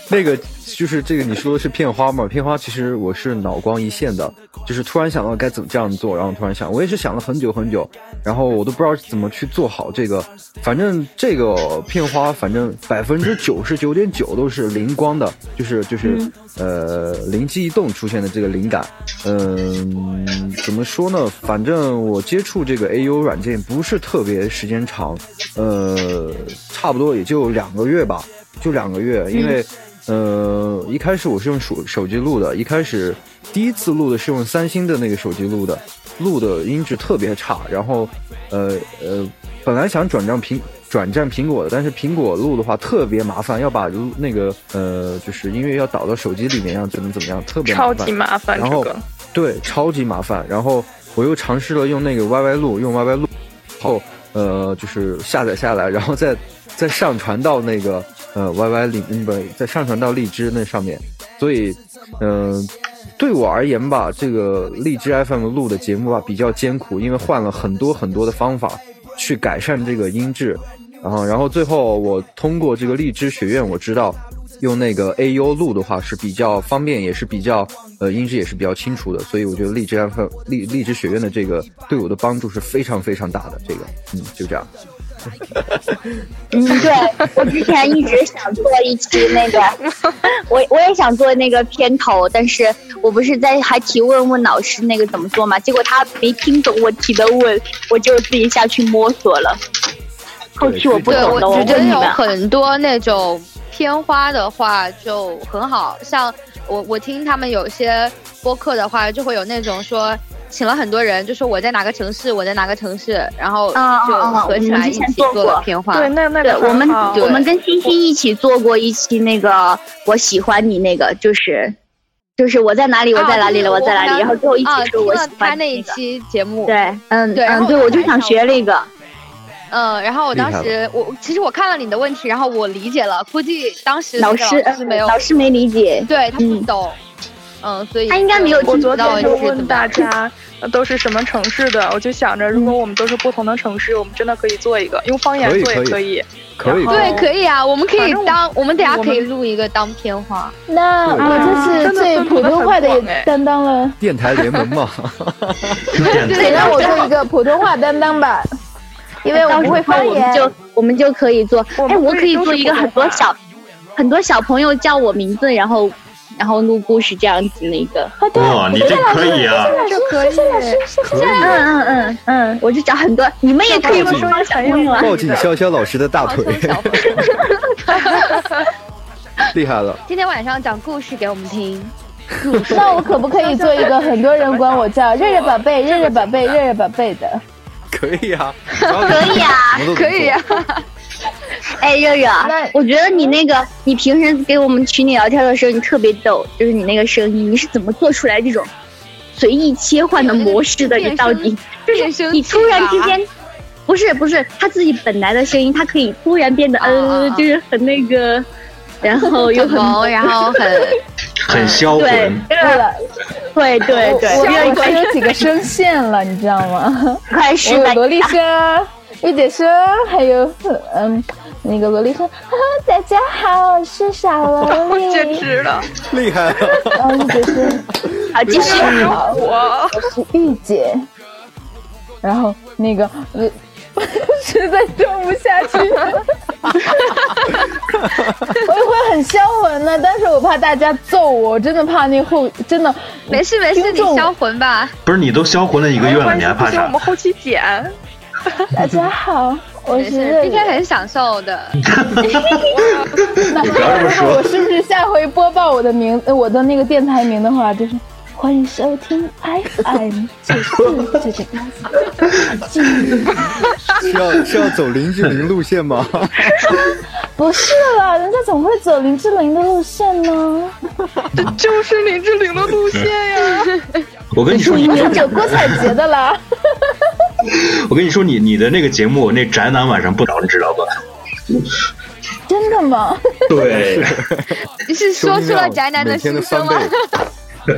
那个就是这个，你说的是片花嘛？片花其实我是脑光一现的，就是突然想到该怎么这样做，然后突然想，我也是想了很久很久，然后我都不知道怎么去做好这个。反正这个片花，反正百分之九十九点九都是灵光的，就是就是、呃灵机一动出现的这个灵感。嗯、怎么说呢？反正我接触这个 AU 软件不是特别时间长，呃，差不多也就两个月吧。就两个月，因为、
嗯
呃一开始我是用手手机录的，一开始第一次录的是用三星的那个手机录的，录的音质特别差，然后呃呃本来想转账苹转战苹果的，但是苹果录的话特别麻烦，要把录那个呃就是音乐要导到手机里面，要怎么怎么样，特别麻
超
烦。
级麻烦这
然后
个。
对，超级麻烦。然后我又尝试了用那个 YY 录，用 YY 录后，呃，就是下载下来，然后再再上传到那个呃 YY 里，嗯不，再上传到荔枝那上面。所以，嗯、对我而言吧，这个荔枝 FM 录的节目吧比较艰苦，因为换了很多很多的方法去改善这个音质。然后，然后最后我通过这个荔枝学院，我知道用那个 AU 录的话是比较方便，也是比较呃音质也是比较清楚的，所以我觉得荔枝 FM 呃荔荔枝学院的这个对我的帮助是非常非常大的。这个，嗯，就这样。
嗯，对我之前一直想做一期那个，我我也想做那个片头，但是我不是在还提问问老师那个怎么做嘛，结果他没听懂我提的问，我就自己下去摸索了。后期我不
对，
懂
我
的，
只觉得
问你
有
们。
很多那种片花的话就很好，像我我听他们有些播客的话，就会有那种说请了很多人，就说我在哪个城市，我在哪个城市，然后
啊
就
啊啊
合起
我
来
们
一
之前
起
做
做了
过
片花。
对，那那
对
个
我们
很好，
我们跟欣欣一起做过一期那个我喜欢你那个，就是就是我在哪里，我在哪里了，
啊
我
就是
在哪里，
我
然后最后一起
啊，
说
听
我
了
喜
他
欢
那
你
一
个。
期节目，
对，嗯
对然
嗯，
后
对，
我
我就
还
想
想
学那个，
嗯，然后我当时我其实我看了你的问题，然后我理解了，估计当时
老
师
嗯
师
没有，
老师没理解，
对他不懂，嗯，所以
他应该没有
我
听
昨
到底
天就是
怎
问
么
大家呃都是什么城市的，我就想着如果我们都是不同的城市，我们真的可以做一个，用方言
可以
做也
可可
可以。
以
然后
对，可以啊，我们可
反
以
正我
当，我们等下
我
可以
们
录一个当片花，
那我这次最普通话啊的哎也担当了，
电台联盟 嘛，
点
请让我做一个普通话担当吧，因为我
到时
不
候
会方
我们
言。
就我们就可以做，
我们
哎，我
可以
可
都是
以做一个
普通
很多
话
小很多小朋友叫我名字，然后然后录故事这样子那个，
哦，对，
哇，你这可以啊！
这可以，
可以
嗯嗯嗯嗯，我就找很多，你们也可以
报
帮
警
帮小朋友啊，
抱紧潇潇老师的大
放
腿
松，小朋友
厉害了。
今天晚上讲故事给我们听，
那我可不可以做一个很多人管我叫热热宝贝、热热宝贝、热热宝贝的？
可以啊，可以啊，
可以啊，
哎，热热啊
那，
我觉得你那个，你平时给我们群里聊天的时候，你特别逗，就是你那个声音，你是怎么做出来这种随意切换的模式的？
有那个
你到底
变声
你突然之
啊
器吧
间，不是不是，他自己本来的声音，他可以突然变得
哦
啊
呃
啊，啊
就是很那个，然后又
很
嗯
很
萌，然后很
很销
对
魂，
对了，
对对
我
对，热
我
热
我
快
有几个声线了，你知道 吗？
快
我
失败
有，萝莉声、御姐声，还有嗯，那个萝莉声。哈哈大家好，我是傻萝
我 简
莉。
直了，
厉害了，
然后御姐声，
好继续，
好，
我
我是御姐。然后那个，呃 实在装不下去 了，我也会很销魂的，但是我怕大家揍我，我真的怕那后真的
没事没事，
听
你
众
销魂吧，
不是你都销魂了一个月了，
关
你
系
还
不
怕
行，我
啥？
们后期剪。
大家好，我
没
是
事，
瑞
今
瑞。
天很享受的，
嗯
你不要这么
然后我
说，
是不是下回播报我的名，呃我的那个电台名的话，就是欢迎收听 FM 九四九九八
是要是要走林志玲路线吗？
不是啦，人家怎么会走林志玲的路线呢？
这就是林志玲的路线呀！
我跟你说，你
我走郭采洁的啦。
我跟你说，你你的那个节目那宅男晚上不聊，你知道吧？
真的吗？
对，
你是说出了宅男
啊每天
心
的
声
三
吗
倍？，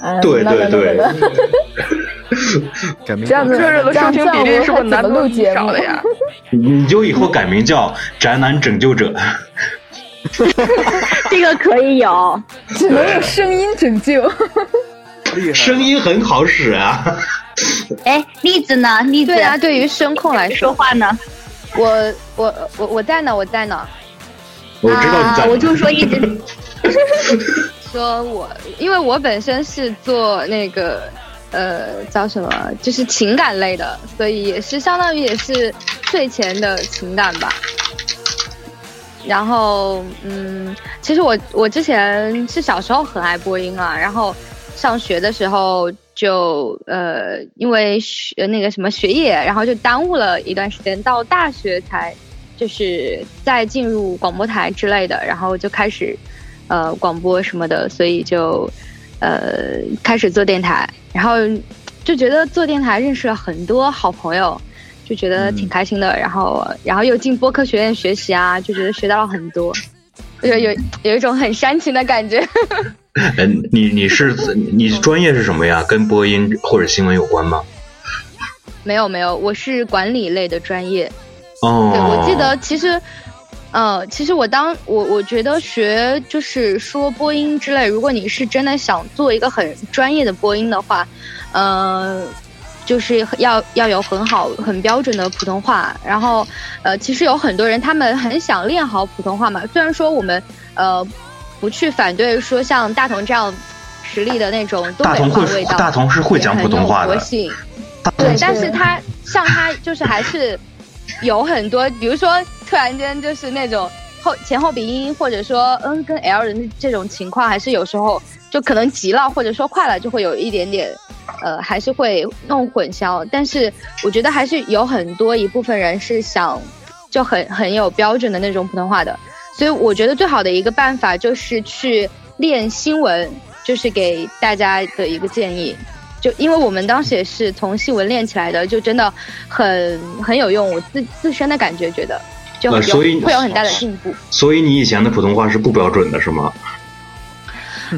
哎
对
那
对对
那那那
改名
这样子，
热热的
这
收
样这
听
样
比例是
我
不是
还
难
怎么
度
录节
少
目
了？呀？
你就以后改名叫宅男拯救者，
这个可以有，
只能用声音拯救。
厉害
声音很好使啊。
哎，栗子呢？栗子
对啊，对于声控来
说
说，
话呢？
我我我我在呢，我在呢。
我知道你在
啊，
哪，
我就说一直
说我，因为我本身是做那个，呃，叫什么，就是情感类的，所以也是相当于也是睡前的情感吧。然后，嗯，其实我我之前是小时候很爱播音啊，然后上学的时候就呃，因为学那个什么学业，然后就耽误了一段时间，到大学才就是再进入广播台之类的，然后就开始呃广播什么的，所以就呃开始做电台，然后就觉得做电台认识了很多好朋友，就觉得挺开心的。然后然后又进播客学院学习啊，就觉得学到了很多， 有有有一种很煽情的感觉。
嗯，你你是你专业是什么呀？跟播音或者新闻有关吗？
没有没有，我是管理类的专业，
哦，
对，我记得其实，呃，其实我当我我觉得学就是说播音之类，如果你是真的想做一个很专业的播音的话，呃，就是要要有很好很标准的普通话。然后，呃，其实有很多人他们很想练好普通话嘛，虽然说我们呃不去反对说像大同这样实力的那种东
大
北
同
话味
会
道，
大同是会
也
讲
很
普通
有
话
活
的，
性
大
对
同，
但是他像他就是还是有很多，比如说突然间就是那种后前后鼻音，或者说 N 跟 L 的那这种情况，还是有时候就可能急了或者说快了，就会有一点点，呃，还是会弄混淆。但是我觉得还是有很多一部分人是想就很很有标准的那种普通话的，所以我觉得最好的一个办法就是去练新闻，就是给大家的一个建议。就因为我们当时也是从新闻练起来的，就真的很很有用。我自自身的感觉觉得就很
呃所以
有会有很大的进 步。
所以你以前的普通话是不标准的，是吗？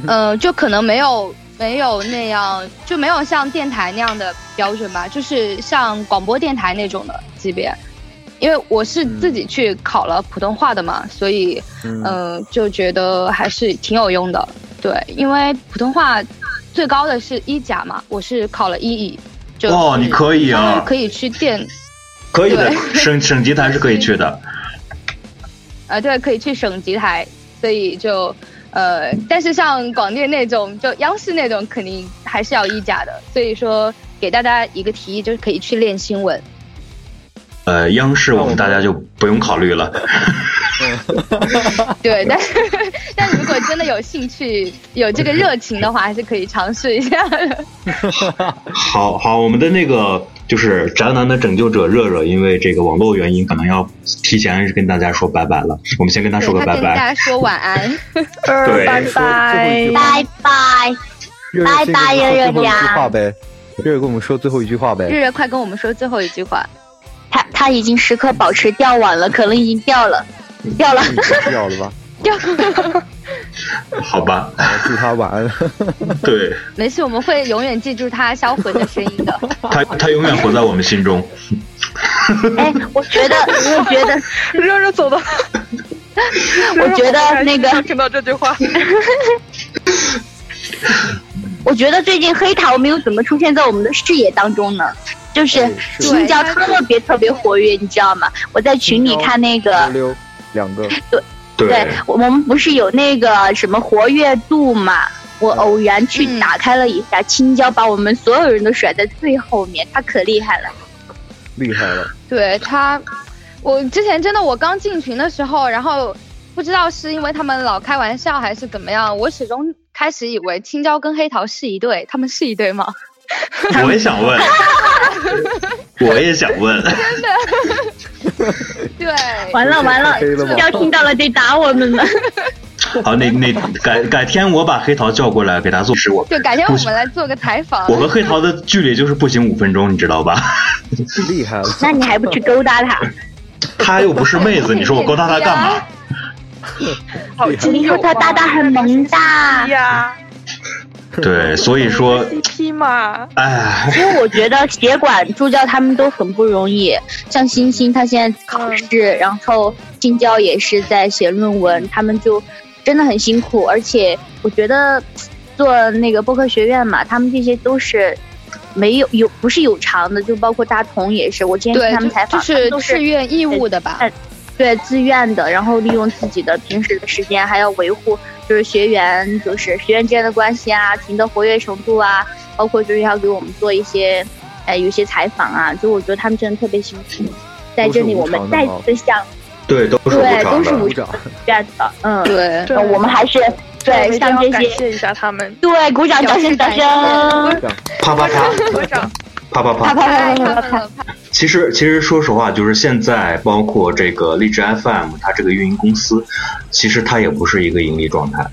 呃，就可能没有没有那样，就没有像电台那样的标准吧，就是像广播电台那种的级别。因为我是
嗯
自己去考了普通话的嘛，所以
嗯
呃，就觉得还是挺有用的。对，因为普通话最高的是一甲嘛，我是考了一乙。就
哦
是
你可以啊
相当于可以去电，
可以的，
对
省省级台是可以去 的。
呃，对，可以去省级台，所以就，呃，但是像广电那种，就央视那种，肯定还是要一甲的。所以说，给大家一个提议，就是可以去练 新闻。
呃，央视我们大家就不用考虑了。
对，但是 但如果真的有兴趣、有这个热情的话，还是可以尝试一下的。
好好，我们的那个就是宅男的拯救者热热，因为这个网络原因，可能要提前跟大家说拜拜了。我们先跟他
对
说个
他
拜
跟大
拜。
家说晚安。
呃
对
拜
说最后一
拜
句。话热热先跟
拜拜。
我
拜拜
们说
热热
最后一句
呀
话呗，热热跟我们说最后一句话
日
呗。
日，快跟我们说最后一句话。
他他已经时刻保持吊碗了，可能已经掉了，掉 了。
掉了吧，
好 吧，
祝他晚安。
对
没事，我们会永远记住他销魂的声音的。
他，他永远活在我们心中。
哎，我觉得，我觉得，
热热走的，
我觉得那个，
听到这句话，
我觉得最近黑桃没有怎么出现在我们的视野当中呢，就是
哎是
青椒特别特别活跃，你知道吗？我在群里
青椒
看那
溜
个，
溜两个，
对我我们不是有那个什么活跃度嘛？我偶然去
嗯
打开了一下，青椒把我们所有人都甩在最后面，他可厉害了。
厉害了。
对他，我之前真的我刚进群的时候，然后不知道是因为他们老开玩笑还是怎么样，我始终开始以为青椒跟黑桃是一对，他们是一对吗？
我也想 问，我也想问，
对，
完了完了，
黑了吗
青椒听到了得打我 们了。
好，那那改改天我把黑桃叫过来给他做是我。
就改天我们来做个采访
我。和黑桃的距离就是步行五分钟，你知道 吧？
厉害了，
那你还不去勾搭他？
她又不是妹 子，你说我勾搭她干嘛？
好
以后他搭档很萌的。
呀
对，所以说，
，CP 嘛，
哎，
因为我觉得协管助教他们都很不容易，像星星他现在考试，然后青椒也是在写论文，他们就真的很辛苦。而且我觉得做那个播客学院嘛，他们这些都是没有有不是有偿的，就包括大同也是，我之前
对
听，他们采
就就
访，他
是
们都
志愿义务的吧？
对自愿的，然后利用自己的平时的时间，还要维护就是学员就是学员之间的关系啊，群的活跃程度啊，包括就是要给我们做一些，呃，有一些采访啊，就我觉得他们真的特别辛苦。在这里，我们再次向
对，都是无
对
偿
都是
的。
无
鼓
偿
掌，
愿的，嗯，
对，
对，
我们还是
我
对
一定
向
要
这
感
些
谢一下他们，
对鼓掌，掌声，掌声，
啪啪啪，
鼓掌，
啪啪啪。
啪啪啪
太
啪啪
棒
啪，
了，
其实，其实说实话，就是现在包括这个荔枝 FM，它这个运营公司，其实它也不是一个盈利状态。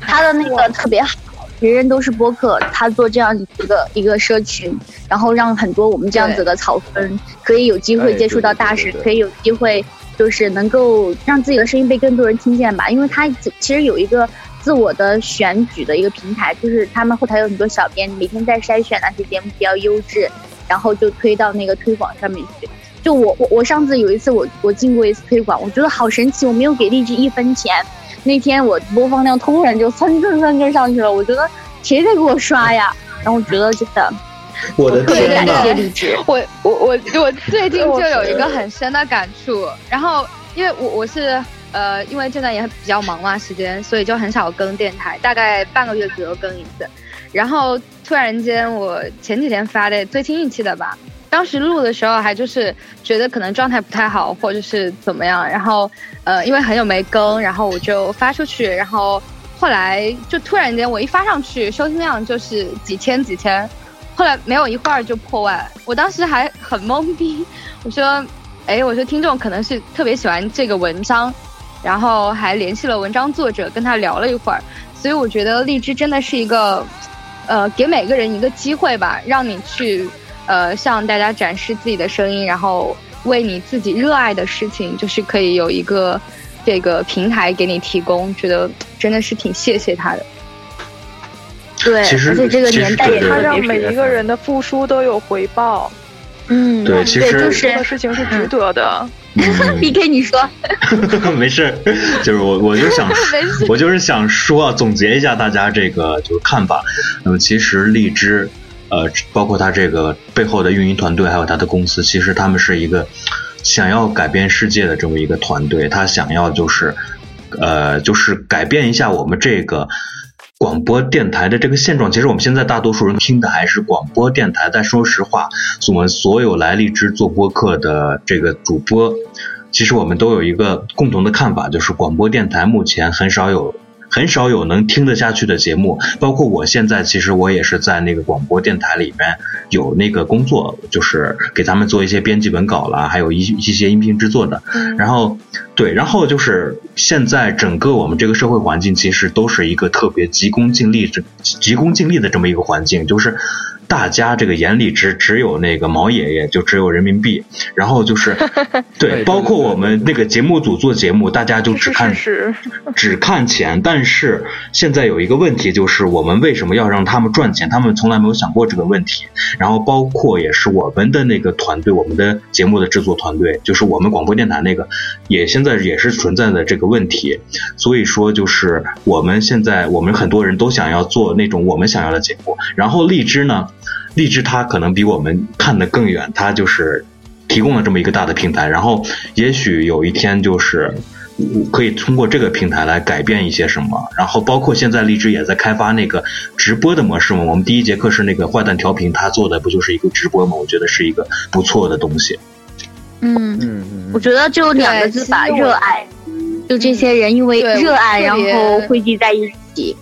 他的那个特别好。人人都是播客，他做这样一个一个社群，然后让很多我们这样子的草根可以有机会
哎
接触到
对对
大
对
使，
对
可以有机会就是能够让自己的声音被更多人听见吧。因为他其实有一个自我的选举的一个平台，就是他们后台有很多小编每天在筛选哪些节目比较优质，然后就推到那个推广上面去。就我我我上次有一次我我进过一次推广，我觉得好神奇，我没有给荔枝一分钱，那天我播放量突然就蹭蹭蹭蹭上去了，我觉得谁在给我刷呀？然后我觉得真的
我的
特别
天
感
呐！
谢荔枝，
我我我我最近就有一个很深的感触，然后因为我我是呃，因为这段也比较忙嘛，时间，所以就很少更电台，大概半个月左右更一次。然后突然间，我前几天发的最新一期的吧，当时录的时候还就是觉得可能状态不太好，或者是怎么样，然后呃，因为很久没更，然后我就发出去，然后后来就突然间我一发上去，收听量就是几千几千，后来没有一会儿就破万，我当时还很懵逼， 我说，哎，我说听众可能是特别喜欢这个文章，然后还联系了文章作者，跟他聊了一会儿，所以我觉得荔枝真的是一个，呃给每个人一个机会吧，让你去呃向大家展示自己的声音，然后为你自己热爱的事情，就是可以有一个这个平台给你提供，觉得真的是挺谢谢他的。
对，
其实
而且这个
其实
年代也
对
他
对
让
对
每一个人的付出都有回报，
嗯，
对，其
对
实嗯
就
这
是
个事情是值得的。
B K，你说，
没事儿，就是我，我就想，我就是想说啊，总结一下大家这个就是看法。那么其实荔枝，呃，包括它这个背后的运营团队，还有它的公司，其实他们是一个想要改变世界的这么一个团队，他想要就是，呃，就是改变一下我们这个。广播电台的这个现状，其实我们现在大多数人听的还是广播电台。但说实话，我们所有来荔枝做播客的这个主播，其实我们都有一个共同的看法，就是广播电台目前很少有很少有能听得下去的节目。包括我现在，其实我也是在那个广播电台里面有那个工作，就是给他们做一些编辑文稿啦，还有一一些音频制作的。然后对，然后就是现在整个我们这个社会环境，其实都是一个特别急功近利、这急功近利的这么一个环境，就是大家这个眼里只只有那个毛爷爷，就只有人民币，然后就是对，
对
包括
对对
我们那个节目组做节目，大家就只
是
看
事实，
只看钱，但是现在有一个问题，就是我们为什么要让他们赚钱？他们从来没有想过这个问题。然后包括也是我们的那个团队，我们的节目的制作团队，就是我们广播电台那个，也现在也是存在的这个问题。所以说，就是我们现在我们很多人都想要做那种我们想要的节目。然后荔枝呢，荔枝它可能比我们看得更远，它就是提供了这么一个大的平台，然后也许有一天就是嗯可以通过这个平台来改变一些什么。然后包括现在荔枝也在开发那个直播的模式嘛，我们第一节课是那个坏蛋调频，他做的不就是一个直播嘛？我觉得是一个不错的东西。
嗯，
嗯嗯
我觉得就两个
对
字
其
吧，
实我
热爱。就这些人因为
对我
热爱，然
特别
后汇聚在一起。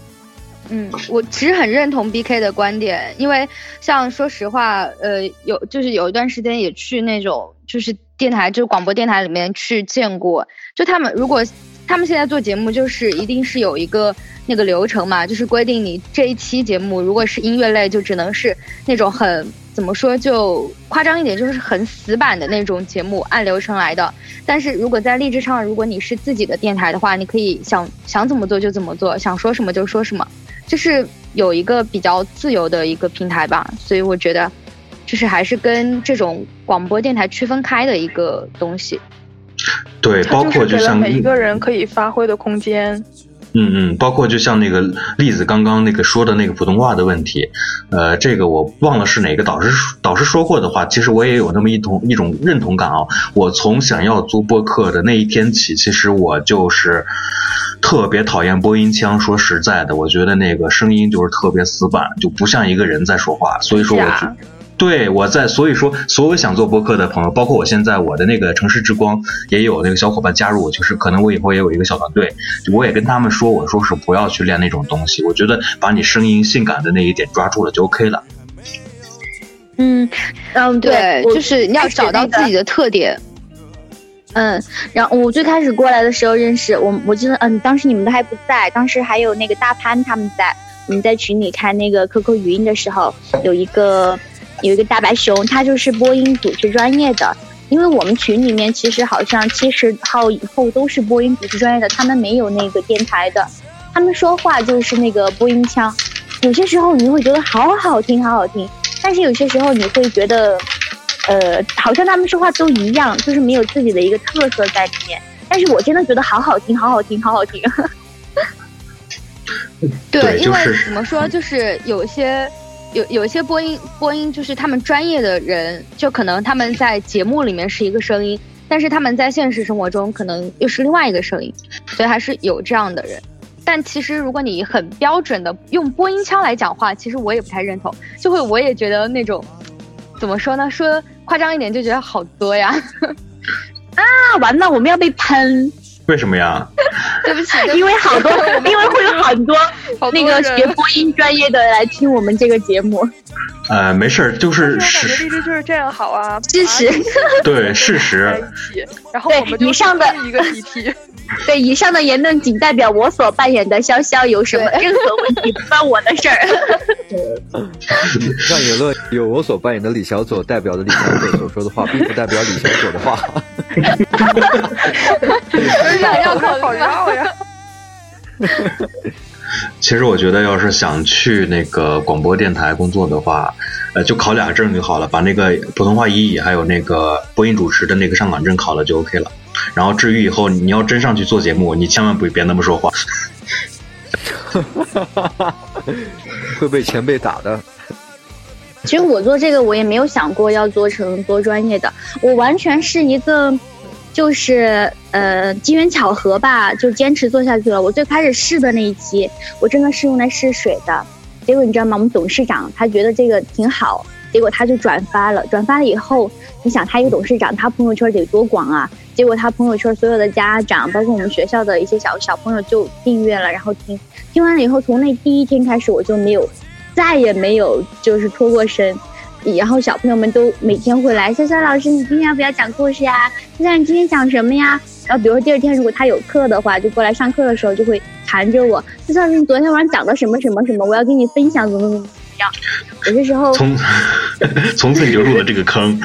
嗯，我其实很认同 B K 的观点，因为像说实话，呃，有就是有一段时间也去那种就是电台，就是广播电台里面去见过，就他们如果他们现在做节目，就是一定是有一个那个流程嘛，就是规定你这一期节目如果是音乐类，就只能是那种很怎么说就夸张一点，就是很死板的那种节目，按流程来的。但是如果在励志上，如果你是自己的电台的话，你可以想想怎么做就怎么做，想说什么就说什么，就是有一个比较自由的一个平台吧。所以我觉得，就是还是跟这种广播电台区分开的一个东西。
对，包
他
括
就
就
是给了
像
每一个人可以发挥的空间。
嗯嗯，包括就像那个栗子刚刚那个说的那个普通话的问题，呃，这个我忘了是哪个导师导师说过的话，其实我也有那么一同一种认同感啊、我从想要做播客的那一天起，其实我就是特别讨厌播音腔。说实在的，我觉得那个声音就是特别死板，就不像一个人在说话。所以说我就
假
对，我在，所以说，所有想做播客的朋友，包括我现在我的那个城市之光也有那个小伙伴加入我，就是可能我以后也有一个小团队，我也跟他们说，我说是不要去练那种东西，我觉得把你声音性感的那一点抓住了就 OK 了。
嗯嗯，
对，
我
就是你要
开始
找到
那个
自己的特点。
嗯，然后我最开始过来的时候认识我，我记得嗯，当时你们都还不在，当时还有那个大潘他们在，我们在群里看那个 QQ 语音的时候，有一个有一个大白熊，他就是播音主持专业的，因为我们群里面其实好像七十号以后都是播音主持专业的，他们没有那个电台的，他们说话就是那个播音腔，有些时候你会觉得好好听，好好听，但是有些时候你会觉得，呃，好像他们说话都一样，就是没有自己的一个特色在里面。但是我真的觉得好好听，好好听，好好听。
对
因为
就是
怎么说，
嗯
就是有些有有一些播音播音，就是他们专业的人，就可能他们在节目里面是一个声音，但是他们在现实生活中可能又是另外一个声音，所以还是有这样的人。但其实，如果你很标准的用播音腔来讲话，其实我也不太认同，就会我也觉得那种怎么说呢？说夸张一点，就觉得 好作呀。
啊，完了，我们要被喷！
为什么呀？
对不起，
因为好 多，因为会有很多那个学播音专业的来听我们这个节目。
呃，没事儿，就是
事
实
实就是这样好啊，
支持。
对事实。
然后我们就
以上的
是一个习题，
对，以上的言论仅代表我所扮演的潇潇，有什么任何问题不关我的事儿。
嗯让言论由我所扮演的李小左代表的李小左所说的话，并不代表李小左的话。
想要
好好绕 呀。
其实我觉得，要是想去那个广播电台工作的话，呃，就考两个证就好了，把那个普通话一乙还有那个播音主持的那个上岗证考了就 OK 了。然后至于以后你要真上去做节目，你千万不别那么说话。
会被前辈打的。
其实我做这个，我也没有想过要做成多专业的，我完全是一个，就是呃机缘巧合吧，就坚持做下去了。我最开始试的那一期，我真的是用来试水的，结果你知道吗？我们董事长他觉得这个挺好，结果他就转发了。转发了以后，你想他一个董事长，他朋友圈得多广啊！结果他朋友圈所有的家长，包括我们学校的一些小小朋友就订阅了，然后听，听完了以后，从那第一天开始我就没有再也没有就是脱过身。然后小朋友们都每天会来，潇潇老师，你今天要不要讲故事呀？潇潇，你今天讲什么呀？然后比如说第二天如果他有课的话，就过来上课的时候就会缠着我，潇潇老师，你昨天晚上讲的什么什么什么，我要跟你分享怎么怎么怎么样。有些时候
从 从此你就入了这个坑。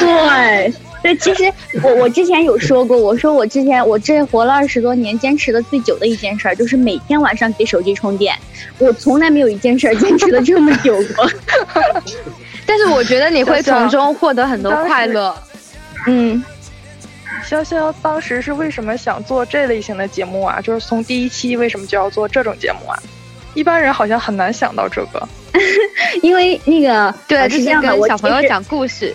对对，其实我我之前有说过，我说我之前我这活了二十多年，坚持的最久的一件事儿就是每天晚上给手机充电，我从来没有一件事儿坚持的这么久过。
但是我觉得你会从中获得很多快乐。
嗯，
潇潇当时是为什么想做这类型的节目啊？就是从第一期为什么就要做这种节目啊？一般人好像很难想到这个。
因为那个
对，
呃
就是是
这样的，
跟
我
小
其
朋友
实
讲故事。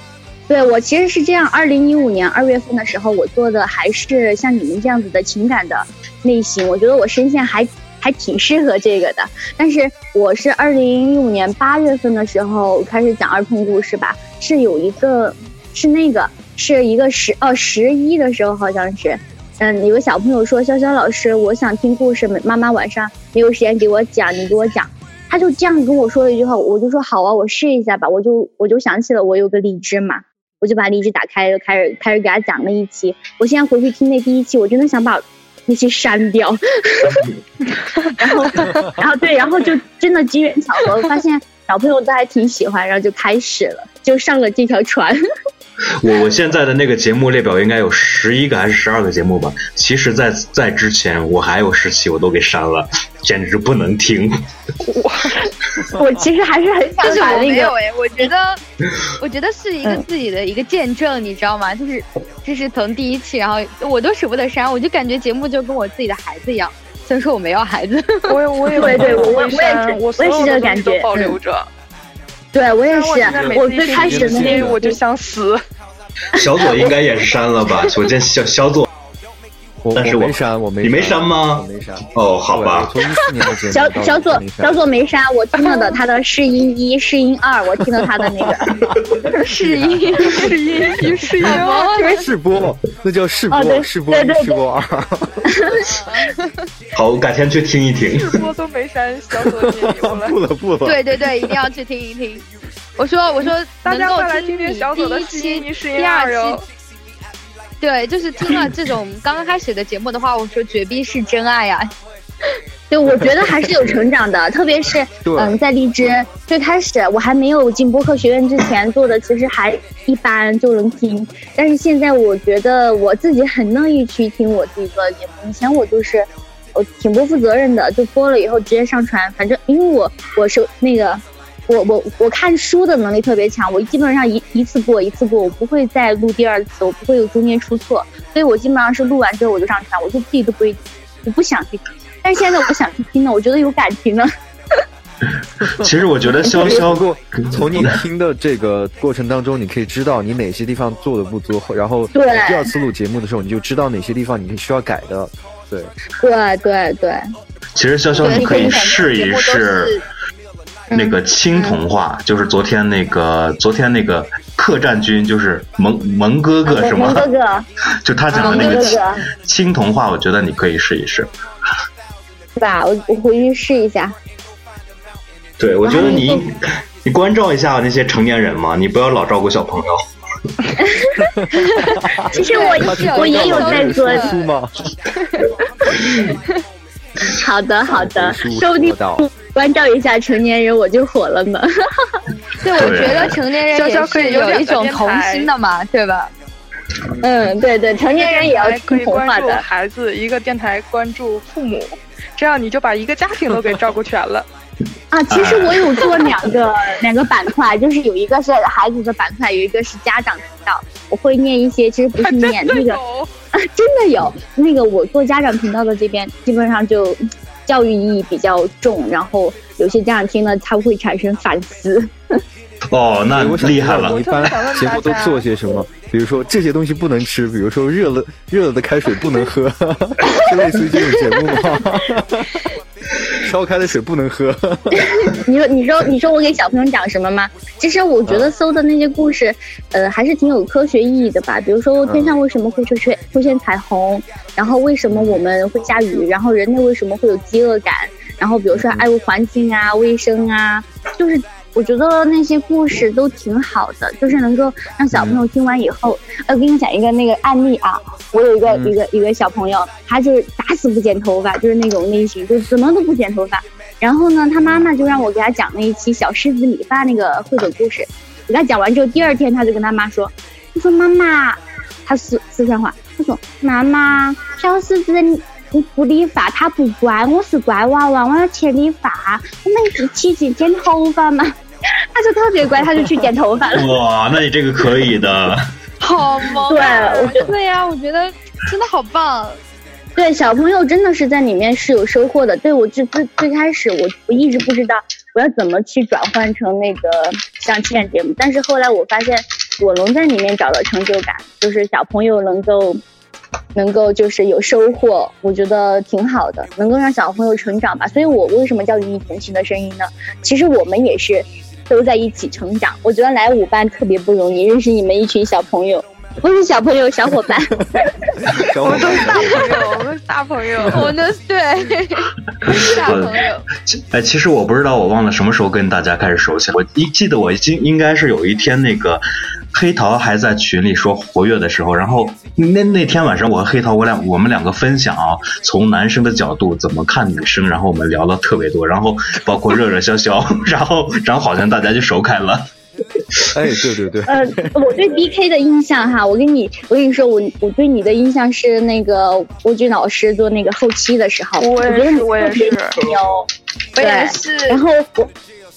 对我其实是这样，二零一五年二月份的时候，我做的还是像你们这样子的情感的类型，我觉得我声线还还挺适合这个的。但是我是二零一五年八月份的时候开始讲儿童故事吧，是有一个是那个是一个十哦十一的时候好像是，嗯，有个小朋友说潇潇老师，我想听故事，妈妈晚上没有时间给我讲，你给我讲。他就这样跟我说了一句话，我就说好啊，我试一下吧。我就我就想起了我有个荔枝嘛，我就把荔枝打开，就开始开始给他讲了一期。我现在回去听那第一期，我真的想把那期 删掉。然后，然后对，然后就真的机缘巧合，发现小朋友都还挺喜欢，然后就开始了，就上了这条船。
我我现在的那个节目列表应该有十一个还是十二个节目吧？其实在，在之前我还有十期我都给删了，简直不能听。
我其实还是很想
但是
把
我
那
没有
个，
哎，我觉 得，我觉得是一个
嗯
自己的一个见证，你知道吗？就是，就是从第一期，然后我都舍不得删，我就感觉节目就跟我自己的孩子一样。虽然说我没要孩子，
我也我也
对 对我我也是
删我所有
我也是这
的东西
个感
都
觉
保留着。
对我也
但
是
我现在每，
我
次一
最
听
开始的
第一
那
期
个
我就想死。
小左应该也是删了吧？我见小小左
我
但是
我
我
没删，我没
你没删吗
我没删。
哦，好吧，
对我从一四年的节目
小
到
小左
没删
小左没删，我听了的他的试音一、试音二，我听了他的那个
是一
是一一是一二，
哎试播，那叫试播，
哦对
试播
对对
一，试播二。
好，我改天去听一听。
直播都没删，小左也有 了。
不了不了，
对对对，一定要去听一听。我 说我说，
大家
能够
快来听听
你
小左的
第一
试
期、
音一试音
第
二
二
哟
期。对，就是听了这种刚刚开始的节目的话，我说绝壁是真爱啊 呀、
对，我觉得还是有成长的，特别是
对
嗯，在荔枝最开始我还没有进播客学院之前做的，其实还一般就能听，但是现在我觉得我自己很乐意去听我自己做的节目，以前我就是。我挺不负责任的，就播了以后直接上传，反正因为我我是那个，我我我看书的能力特别强，我基本上一一次过一次过，我不会再录第二次，我不会有中间出错，所以我基本上是录完之后我就上传，我就自己都不会，我不想去听。但是现在我想去听了，我觉得有感情了。
其实我觉得潇
不
潇
过 从你听的这个过程当中，你可以知道你哪些地方做的不足，然后
对
你第二次录节目的时候，你就知道哪些地方你需要改 的。对，
对对对，
其实潇潇你可以试一
嗯
试那个轻童话，就是昨天那个昨天那个客战军就是蒙蒙哥哥是吗？
啊蒙哥哥，
就他讲的那个
蒙哥
青
哥，
青铜话，我觉得你可以试一试。
是吧？我我回去试一下。
对，我觉得你应你关照一下那些成年人嘛，你不要老照顾小朋友。
其实我我也有在做，
说书吗？
好的好的，
说书
说不定
说道
关照一下成年人，我就火了呢。
对，我觉得成年人
潇潇
也
可以
是
有
有
两
一
个
种
电
童
台
心的嘛，对吧？
嗯，对对，成年人也要
还可
听
以
童
关
话
注
的。
孩子，一个电台关注父母，这样你就把一个家庭都给照顾全 了。
啊，其实我有做两个两个板块，就是有一个是孩子的板块，有一个是家长频道。我会念一些，其实不是
还真
念
的
那个，
哦
有，
真的有那个我做家长频道的这边，基本上就嗯教育意义比较重，然后有些家长听了他会产生反思。
哦，那
哎我想
厉害
知道
了
你一般节目都做些什么？比如说这些东西不能吃，比如说热了热了的开水不能喝， 是类似于这种节目 吗？烧开的水不能喝，
你说，你说，你说我给小朋友讲什么吗？其实我觉得搜的那些故事，呃，还是挺有科学意义的吧。比如说，天上为什么会出现出现彩虹？然后为什么我们会下雨？然后人类为什么会有饥饿感？然后比如说爱护环境啊、卫生啊，就是我觉得那些故事都挺好的，就是能够让小朋友听完以后，呃，我跟你讲一个那个案例啊，我有一个、
嗯
一个一个小朋友，他就是打死不剪头发，就是那种类型，就是怎么都不剪头发。然后呢，他妈妈就让我给他讲那一期小狮子理发那个绘本故事。我给他讲完之后，第二天他就跟他妈说，他说妈妈，他四四川话，他说妈妈，小狮子你你不理发，他不乖，我是乖娃娃，我要去理发，我们一起去剪头发嘛。 他就特别乖，他就去剪头发了。
哇，那你这个可以的。
好萌
对
啊！
我
对呀、我觉得真的好棒。
对，小朋友真的是在里面是有收获的。对我最最最开始我我一直不知道我要怎么去转换成那个像情感节目，但是后来我发现我能在里面找到成就感，就是小朋友能够能够就是有收获，我觉得挺好的，能够让小朋友成长吧。所以我为什么叫与同行的声音呢？其实我们也是都在一起成长。我觉得来五班特别不容易，认识你们一群小朋友，不是小朋友，小伙伴。
小
我
伙
们都
伴
是大朋友，我们是大朋友。
我们的对， 大朋友，
其哎，其实我不知道，我忘了什么时候跟大家开始熟悉了。我一记得我已经应该是有一天那个黑桃还在群里说活跃的时候，然后那那天晚上我和黑桃我俩我们两个分享啊，从男生的角度怎么看女生，然后我们聊了特别多，然后包括热热 潇潇，然后然后好像大家就熟开了。
哎，对对对，
呃， 我对 B K 的印象哈，我跟你，我跟你说，我我对你的印象是那个郭军老师做那个后期的时候，
我
我
也
觉得
是
你
我也
特别
是
牛，
我也
对
是。
然后我。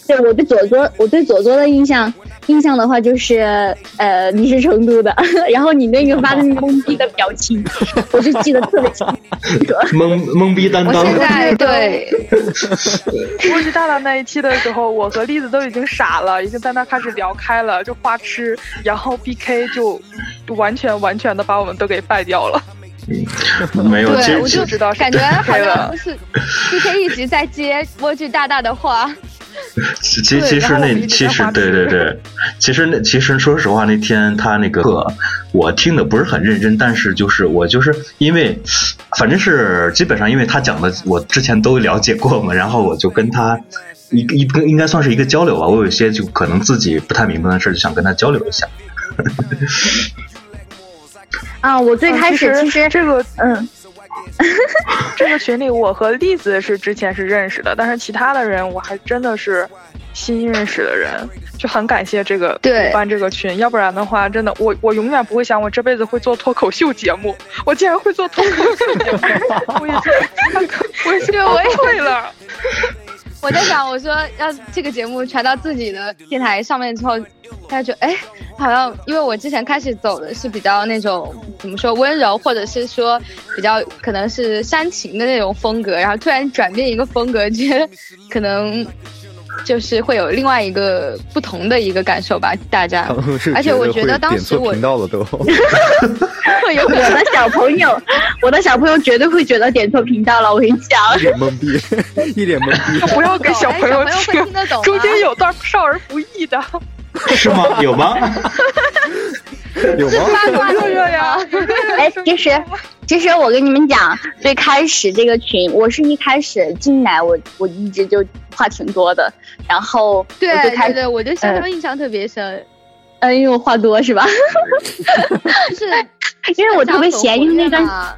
对，我对左左，我对左左的印象，印象的话就是，呃，你是成都的， 然后你那个发的那个懵逼的表情， 我就记得特别清楚。
懵懵逼担
我
当，
现在对，
估计大大那一期的时候，我和栗子都已经傻了，已经在那开始聊开了，就花痴，然后 BK 就完全完全的把我们都给败掉了。
没有，其
对
实
我
其
就
实
知道是
感觉好
对
像
了
不是 B K 一直在接莴苣大大的话，
其其
对
其实
然后我
那
们一直
其
在
实
花
对
痴
对对，其实那其实说实话，那天他那个课我听的不是很认真，但是就是我就是因为，反正是基本上因为他讲的我之前都了解过嘛，然后我就跟他一个一个应该算是一个交流吧，我有一些就可能自己不太明白的事，就想跟他交流一下。
啊，我最
嗯
开始其
其
实，
这个
嗯，
这个群里，我和栗子是之前是认识的，但是其他的人我还真的是新认识的人，就很感谢这个
对
五班这个群，要不然的话，真的我我永远不会想我这辈子会做脱口秀节目，我竟然会做脱口秀节目， 我也是，我也是，
对我也
会了。
我在想，我说要这个节目传到自己的电台上面之后，大家觉得哎，好像因为我之前开始走的是比较那种怎么说温柔，或者是说比较可能是煽情的那种风格，然后突然转变一个风格，觉得可能就是会有另外一个不同的一个感受吧，大家
他们是
而且我
会
觉得当
点
时
错
我
频道了都。
会有
我
可能。
的小朋友，我的小朋友绝对会觉得点错频道了，我跟你讲。
一脸懵 逼，一脸懵逼。
不要给小
哎小
朋友
朋友会
听
听得懂吗啊
中间有段少儿不宜的，
是吗？有吗？
有 吗？
八卦
热热呀！
哎，其实其实我跟你们讲，最开始这个群，我是一开始进来，我我一直就话挺多的，然后
对
我就
对
开嗯始，
对，我对香蕉印象特别深，
嗯，因为我话多是吧？
就是
因为我特别闲，因为那段
段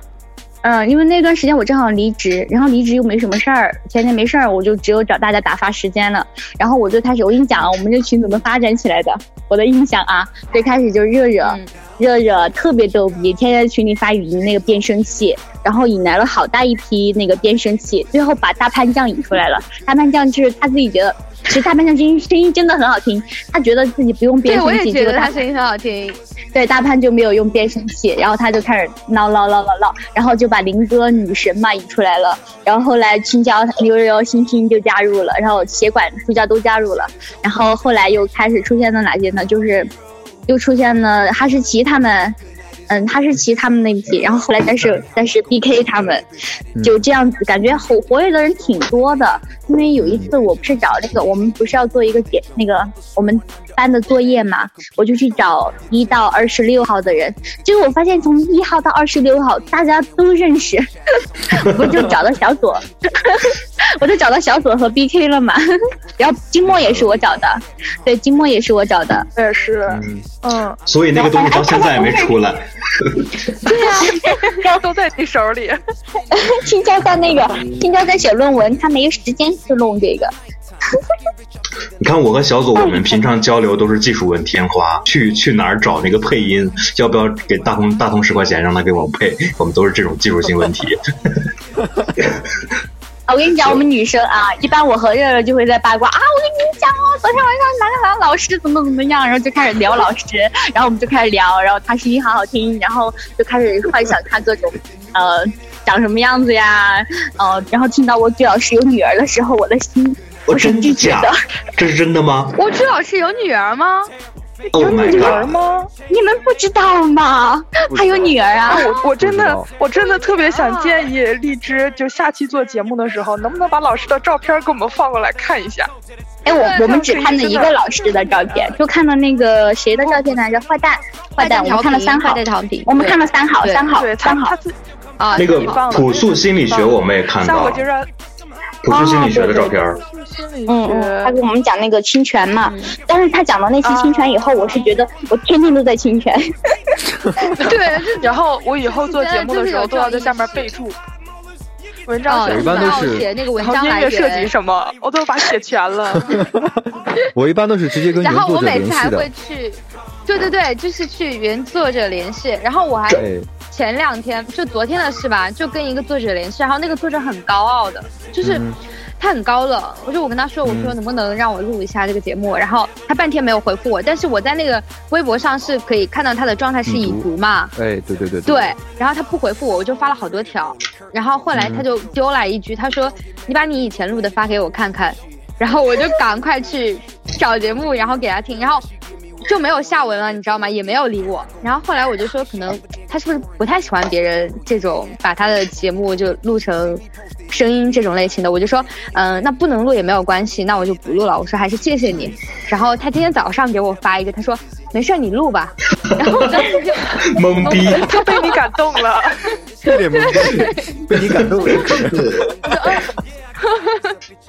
嗯，因为那段时间我正好离职，然后离职又没什么事儿，闲着没事儿，我就只有找大家打发时间了。然后我就开始，我跟你讲啊，我们这群怎么发展起来的？我的印象啊，最开始就热热，
嗯
热热特别逗逼，天天在群里发语音那个变声器，然后引来了好大一批那个变声器，最后把大潘酱引出来了。大潘酱就是他自己觉得，其实大潘酱声音声音真的很好听，他觉得自己不用变
对，
声
我
器，
也
结
觉
果
得他声音很好 听，
对，大潘就没有用变声器，然后他就开始闹闹闹闹闹，然后就把林哥女神嘛引出来了，然后后来青椒、刘悠悠、星星就加入了，然后协管、助教都加入了，然后后来又开始出现了哪些呢？就是又出现了哈士奇他们，嗯，哈士奇他们那批，然后后来但是但是 B K 他们，就这样子，感觉活活跃的人挺多的。因为有一次我不是找那个我们不是要做一个点那个我们班的作业嘛，我就去找一到二十六号的人，结果我发现从一号到二十六号大家都认识， 我就找到小左， 我就找到小左和 B K 了嘛。 然后金默也是我找的，对，金默也是我找的。
我也是，
嗯
嗯，
所以那个东西到现在也没出来。
都在你手里。
青椒在那个青椒在写论文，他没时间去弄这个。
你看我和小
哦
左，我们平常交流都是技术问天花，去去哪儿找那个配音？要不要给大同大同十块钱让他给我们配？我们都是这种技术性 问题。
啊我跟你讲，我们女生啊，一般我和热热就会在八卦啊，我跟你讲哦，昨天晚上哪个哪个老师怎么怎么样，然后就开始聊老师，然后我们就开始聊，然后他声音好好听，然后就开始幻想他各种，呃，长什么样子呀，呃，然后听到我居老师有女儿的时候，我的心
我
我是
真的
拒绝
假
的。？
这是真的吗
我朱老师有女儿吗？
？Oh
有
my
女儿
god！
吗？
你们不知道吗？
不知道
他有女儿啊
啊，，我我真的
不知
我真的特别想
啊
建议荔枝，就下期做节目的时候，能不能把老师的照片给我们放过来看一下？
哎，我
对
我们只看了一个老师的照片，就看到那个谁的照片来着？坏蛋， 坏蛋，我们看了三
号
号
在，调皮，
我们看了三号，
对
三号
对，他
三号
他。自
啊
那个
你放了
朴素心理学我们也看
下
到
回，就让
朴素
啊
心理学的照片儿。
心理
嗯，嗯，他
学
给我们讲那个侵权嘛，
嗯
但是他讲到那期侵权以后，我是觉得我天天都在侵权。
对，然后我以后做节目的时候都要在下面备注文章
啊，
我
选
一般
的，
都
然后
是
写那个文
然后
章
音
来
乐设计
源，
什么，我都把它写全 了。
我一般都是直接跟
然
原
后
作
我
者
每
联
次
系
还
的
会。去，对对对，就是去原作者联系，然后我还
对，
前两天就昨天的事吧，就跟一个作者联系，然后那个作者很高傲的，就是。
嗯
他很高冷，我就我跟他说，我
嗯
说能不能让我录一下这个节目，然后他半天没有回复我，但是我在那个微博上是可以看到他的状态是已
已读
读嘛，
哎，对对对
对，然后他不回复我，我就发了好多条，然后后来他就丢来一句，他说：“你把你以前录的发给我看看。”然后我就赶快去找节目，然后给他听，然后就没有下文了，你知道吗？也没有理我。然后后来我就说，可能他是不是不太喜欢别人这种把他的节目就录成声音这种类型的？我就说，嗯、那不能录也没有关系，那我就不录了。我说还是谢谢你。然后他今天早上给我发一个，他说没事儿，你录吧。然后我当时就。
懵逼，
就被你感动了，
一脸懵逼，被你感动了。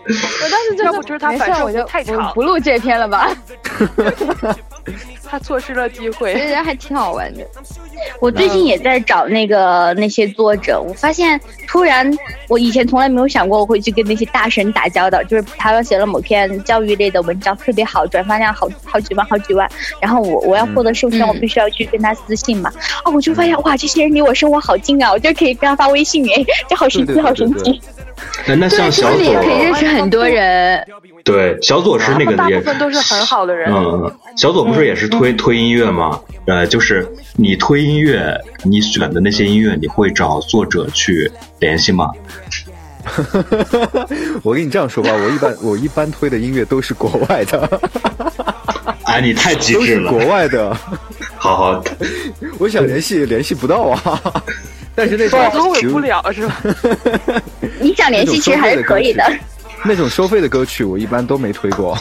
我当时就
要不就是他
没事
反射
我就
弧太长
我不录这篇了吧？
他错失了机
我觉
会。
得还挺好玩的。
我最近也在找那个那些作者，我发现突然我以前从来没有想过我会去跟那些大神打交道，就是他们写了某篇教育类的文章特别好，转发量好好几万好几万，然后我我要获得授权，
嗯
我必须要去跟他私信嘛，哦，我就发现哇，这些人离我生活好近啊，我就可以跟他发微信哎，这好神
对
奇，
对
好
对
神
对
奇。
那那像小啊
就是也可以认
左，
识很多人，
对小左是那个
大
也
部分都是很好的人，
嗯，小左不是也是推、推音乐吗？呃，就是你推音乐，你选的那些音乐，你会找作者去联系吗？
我跟你这样说吧，我一般我一般推的音乐都是国外的，
哎，你太机
都
智
是
了
国，外的，
好好，
我想联系联系不到啊。但是那种
沟通
比
尾
如
不了是吧？
你想联系其实还是可以的，
那种收费的歌曲我一般都没推 过。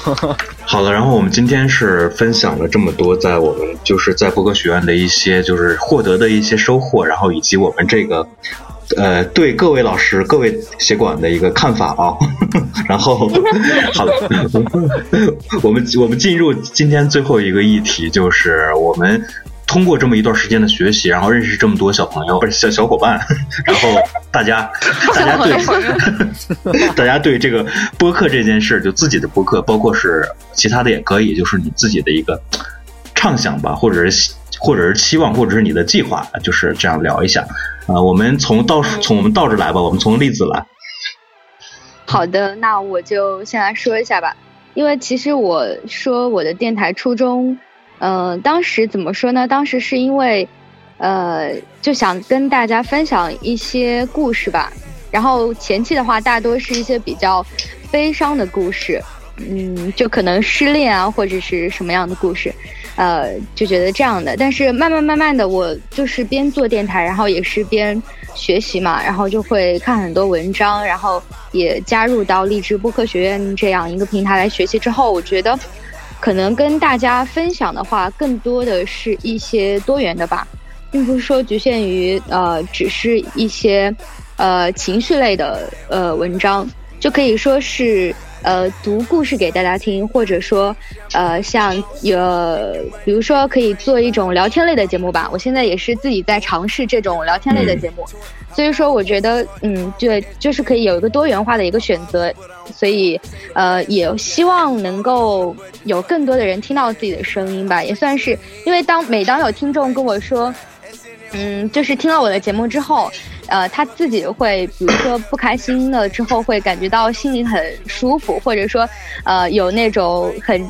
好了，然后我们今天是分享了这么多，在我们就是在播客学院的一些就是获得的一些收获，然后以及我们这个呃对各位老师、各位协管的一个看法啊。 然后好了，我们我们进入今天最后一个议题，就是我们。通过这么一段时间的学习，然后认识这么多小朋友，不是小小伙伴，然后大家大 家对 大家对这个播客这件事，就自己的播客，包括是其他的也可以，就是你自己的一个畅想吧，或者是或者是期望，或者是你的计划，就是这样聊一下。啊、呃，我们从倒
嗯
数，从我们倒着来吧，我们从例子来。
好的，那我就先来说一下吧，因为其实我说我的电台初衷。嗯、呃，当时怎么说呢？当时是因为，呃，就想跟大家分享一些故事吧。然后前期的话，大多是一些比较悲伤的故事，嗯，就可能失恋啊，或者是什么样的故事，呃，就觉得这样的。但是慢慢慢慢的，我就是边做电台，然后也是边学习嘛，然后就会看很多文章，然后也加入到荔枝播客学院这样一个平台来学习之后，我觉得。可能跟大家分享的话，更多的是一些多元的吧，并不是说局限于呃，只是一些呃情绪类的呃文章，就可以说是呃读故事给大家听，或者说呃像呃比如说可以做一种聊天类的节目吧。我现在也是自己在尝试这种聊天类的节目，所以说我觉得嗯，对，就是可以有一个多元化的一个选择。所以，呃，也希望能够有更多的人听到自己的声音吧，也算是因为当每当有听众跟我说，嗯，就是听了我的节目之后，呃，他自己会比如说不开心了之后，会感觉到心里很舒服，或者说，呃，有那种很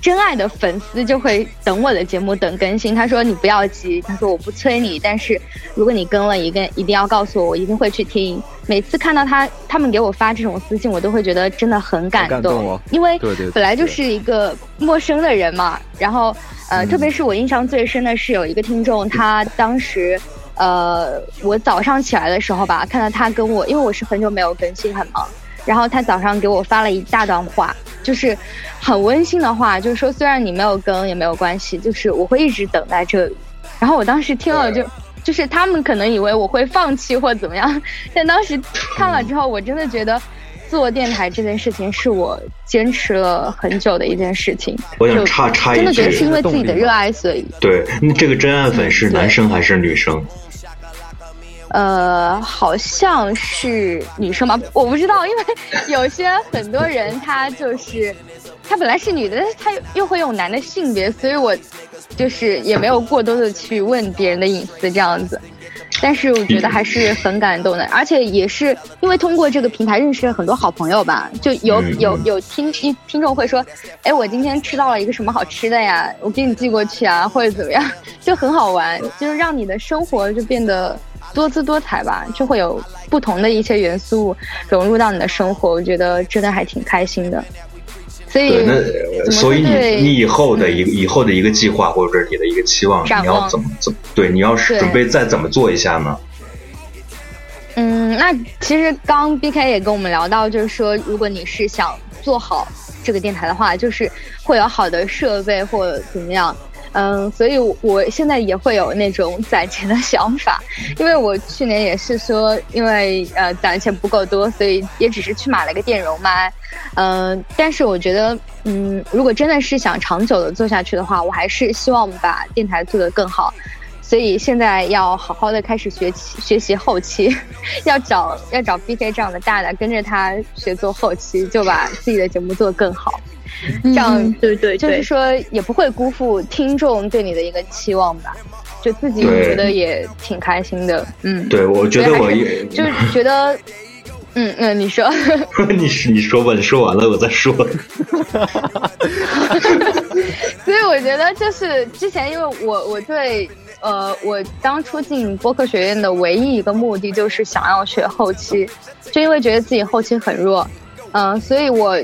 真爱的粉丝就会等我的节目等更新。他说你不要急，他说我不催你，但是如果你更了，一定一定要告诉我，我一定会去听。每次看到他他们给我发这种私信，我都会觉得真的很感动，
感动哦、
因为
对对对
本来就是一个陌生的人嘛。然后呃，特别是我印象最深的是有一个听众，他当时呃，我早上起来的时候吧，看到他跟我，因为我是很久没有更新，很忙。然后他早上给我发了一大段话，就是很温馨的话，就是说虽然你没有更也没有关系，就是我会一直等在这里。然后我当时听了就。就是他们可能以为我会放弃或怎么样，但当时看了之后，我真的觉得做电台这件事情是我坚持了很久的一件事情。
我想插插一句，
真的觉得是因为自己的热爱，所以
对那这个真爱
嗯
粉是男生还是女生？
呃，好像是女生吧，我不知道，因为 有些很多人他就是他本来是女的，但是他又会用男的性别，所以我就是也没有过多的去问别人的隐私这样子。但是我觉得还是很感动的，而且也是因为通过这个平台认识了很多好朋友吧，就有有有听听众会说，哎，我今天吃到了一个什么好吃的呀，我给你寄过去啊， 或者怎么样，就很好玩，就是让你的生活就变得多姿多彩吧，就会有不同的一些元素融入到你的生活，我觉得真的还挺开心的。所以，
那所以你你以后的一个、以后的一个计划，或者是你的一个期望，
嗯展望
你要怎么怎么对？你要是
对
准备再怎么做一下呢？
嗯，那其实刚 B K 也跟我们聊到，就是说，如果你是想做好这个电台的话，就是会有好的设备或怎么样。嗯，所以我我现在也会有那种攒钱的想法， 因为我去年也是说，因为呃攒的钱不够多，所以也只是去买了个电容麦。嗯、但是我觉得，嗯，如果真的是想长久的做下去的话，我还是希望我们把电台做得更好。所以现在要好好的开始学习学习后期， 要找要找 B K 这样的大大跟着他学做后期，就把自己的节目做得更好。这样
对对
就是说也不会辜负听众对你的一个期望吧，就自己
对
觉得也挺开心的，嗯，
对，我觉得我一
所以还是就是觉得，嗯嗯，你说，
你你说吧，你说完了我再说。
所以我觉得就是之前，因为我我对呃我当初进播客学院的唯一一个目的就是想要学后期，就因为觉得自己后期很弱，嗯、所以我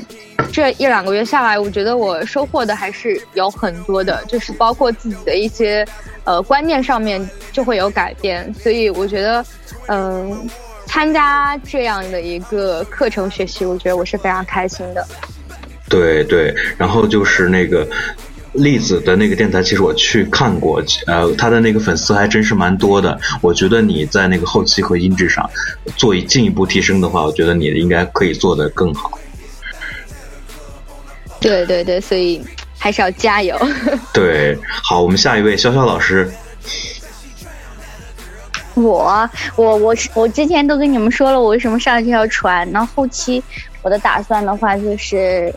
这一两个月下来，我觉得我收获的还是有很多的，就是包括自己的一些呃观念上面就会有改变，所以我觉得嗯、参加这样的一个课程学习，我觉得我是非常开心的。
对对，然后就是那个栗子的那个电台，其实我去看过，呃，他的那个粉丝还真是蛮多的。我觉得你在那个后期和音质上做一进一步提升的话，我觉得你应该可以做得更好。
对对对，所以还是要加油。
对，好，我们下一位潇潇老师。
我我我是我之前都跟你们说了，我为什么上这条船。然后后期我的打算的话，就是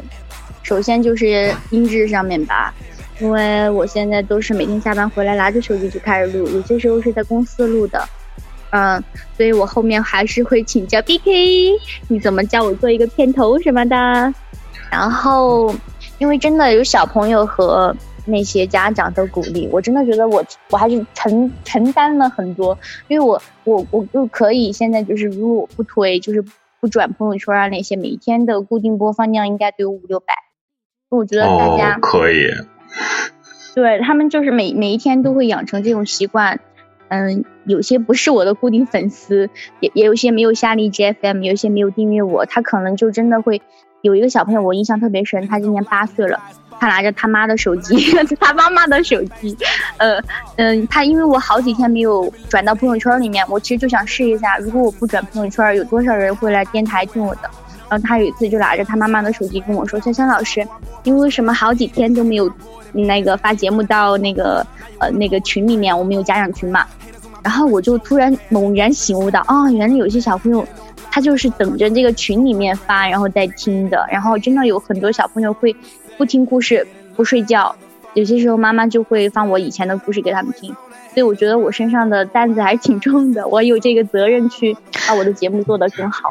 首先就是音质上面吧，因为我现在都是每天下班回来拿着手机就开始录，有些时候是在公司录的，嗯，所以我后面还是会请教 B K，你 怎么教我做一个片头什么的。然后因为真的有小朋友和。那些家长的鼓励，我真的觉得我我还是承承担了很多，因为我我我就可以现在就是如果我不推，就是不转朋友圈啊那些，每天的固定播放量应该都有五六百。我觉得大家、
哦、可以，
对他们就是每每一天都会养成这种习惯。嗯，有些不是我的固定粉丝，也也有些没有下荔枝 FM，有些没有订阅我，他可能就真的会有一个小朋友，我印象特别深，他今年八岁了。他拿着他妈的手机， 他妈妈的手机，呃，嗯、呃，他因为我好几天没有转到朋友圈里面，我其实就想试一下，如果我不转朋友圈，有多少人会来电台听我的？然后他有一次就拿着他妈妈的手机跟我说：“香香老师，因为什么好几天都没有那个发节目到那个呃那个群里面，我们有家长群嘛。”然后我就突然猛然醒悟到，啊、哦，原来有些小朋友他就是等着这个群里面发，然后再听的。然后真的有很多小朋友会。不听故事不睡觉，有些时候妈妈就会放我以前的故事给他们听，所以我觉得我身上的担子还是挺重的，我有这个责任去把我的节目做得更好。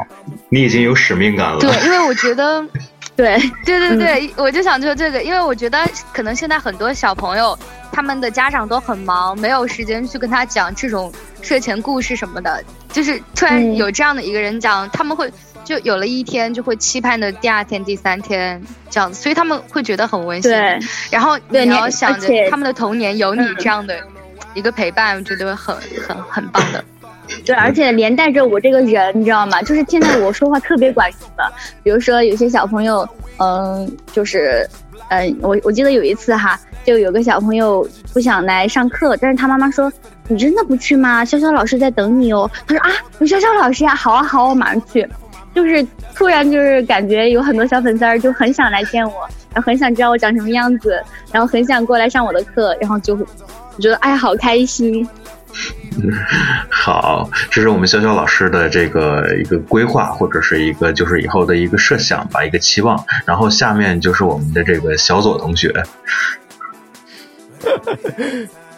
你已经有使命感了。
对，因为我觉得，
对
对对对，嗯、我就想说这个，因为我觉得可能现在很多小朋友他们的家长都很忙，没有时间去跟他讲这种睡前故事什么的，就是突然有这样的一个人讲，嗯、他们会。就有了一天，就会期盼的第二天、第三天这样子，所以他们会觉得很温馨。
对，
然后你要想着他们的童年有你这样的一个陪伴，我觉得很很很棒的。
对，而且连带着我这个人，你知道吗？就是现在我说话特别管用的，比如说有些小朋友，嗯，就是嗯，我我记得有一次哈，就有个小朋友不想来上课，但是他妈妈说。你真的不去吗？潇潇老师在等你哦。他说啊，有潇潇老师呀、啊，好啊好啊，我马上去。就是突然就是感觉有很多小粉丝儿就很想来见我，然后很想知道我长什么样子，然后很想过来上我的课，然后就我觉得哎好开心。
好，这是我们潇潇老师的这个一个规划，或者是一个就是以后的一个设想吧，一个期望。然后下面就是我们的这个小左同学。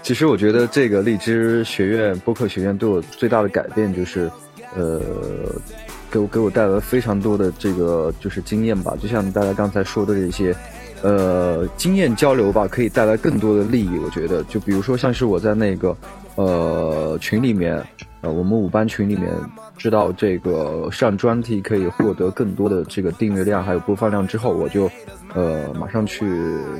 其实我觉得这个荔枝学院播客学院对我最大的改变就是，呃。给我给我带来非常多的这个就是经验吧，就像大家刚才说的这些，呃，经验交流吧，可以带来更多的利益。我觉得，就比如说像是我在那个呃群里面，呃，我们五班群里面知道这个上专题可以获得更多的这个订阅量还有播放量之后，我就呃马上去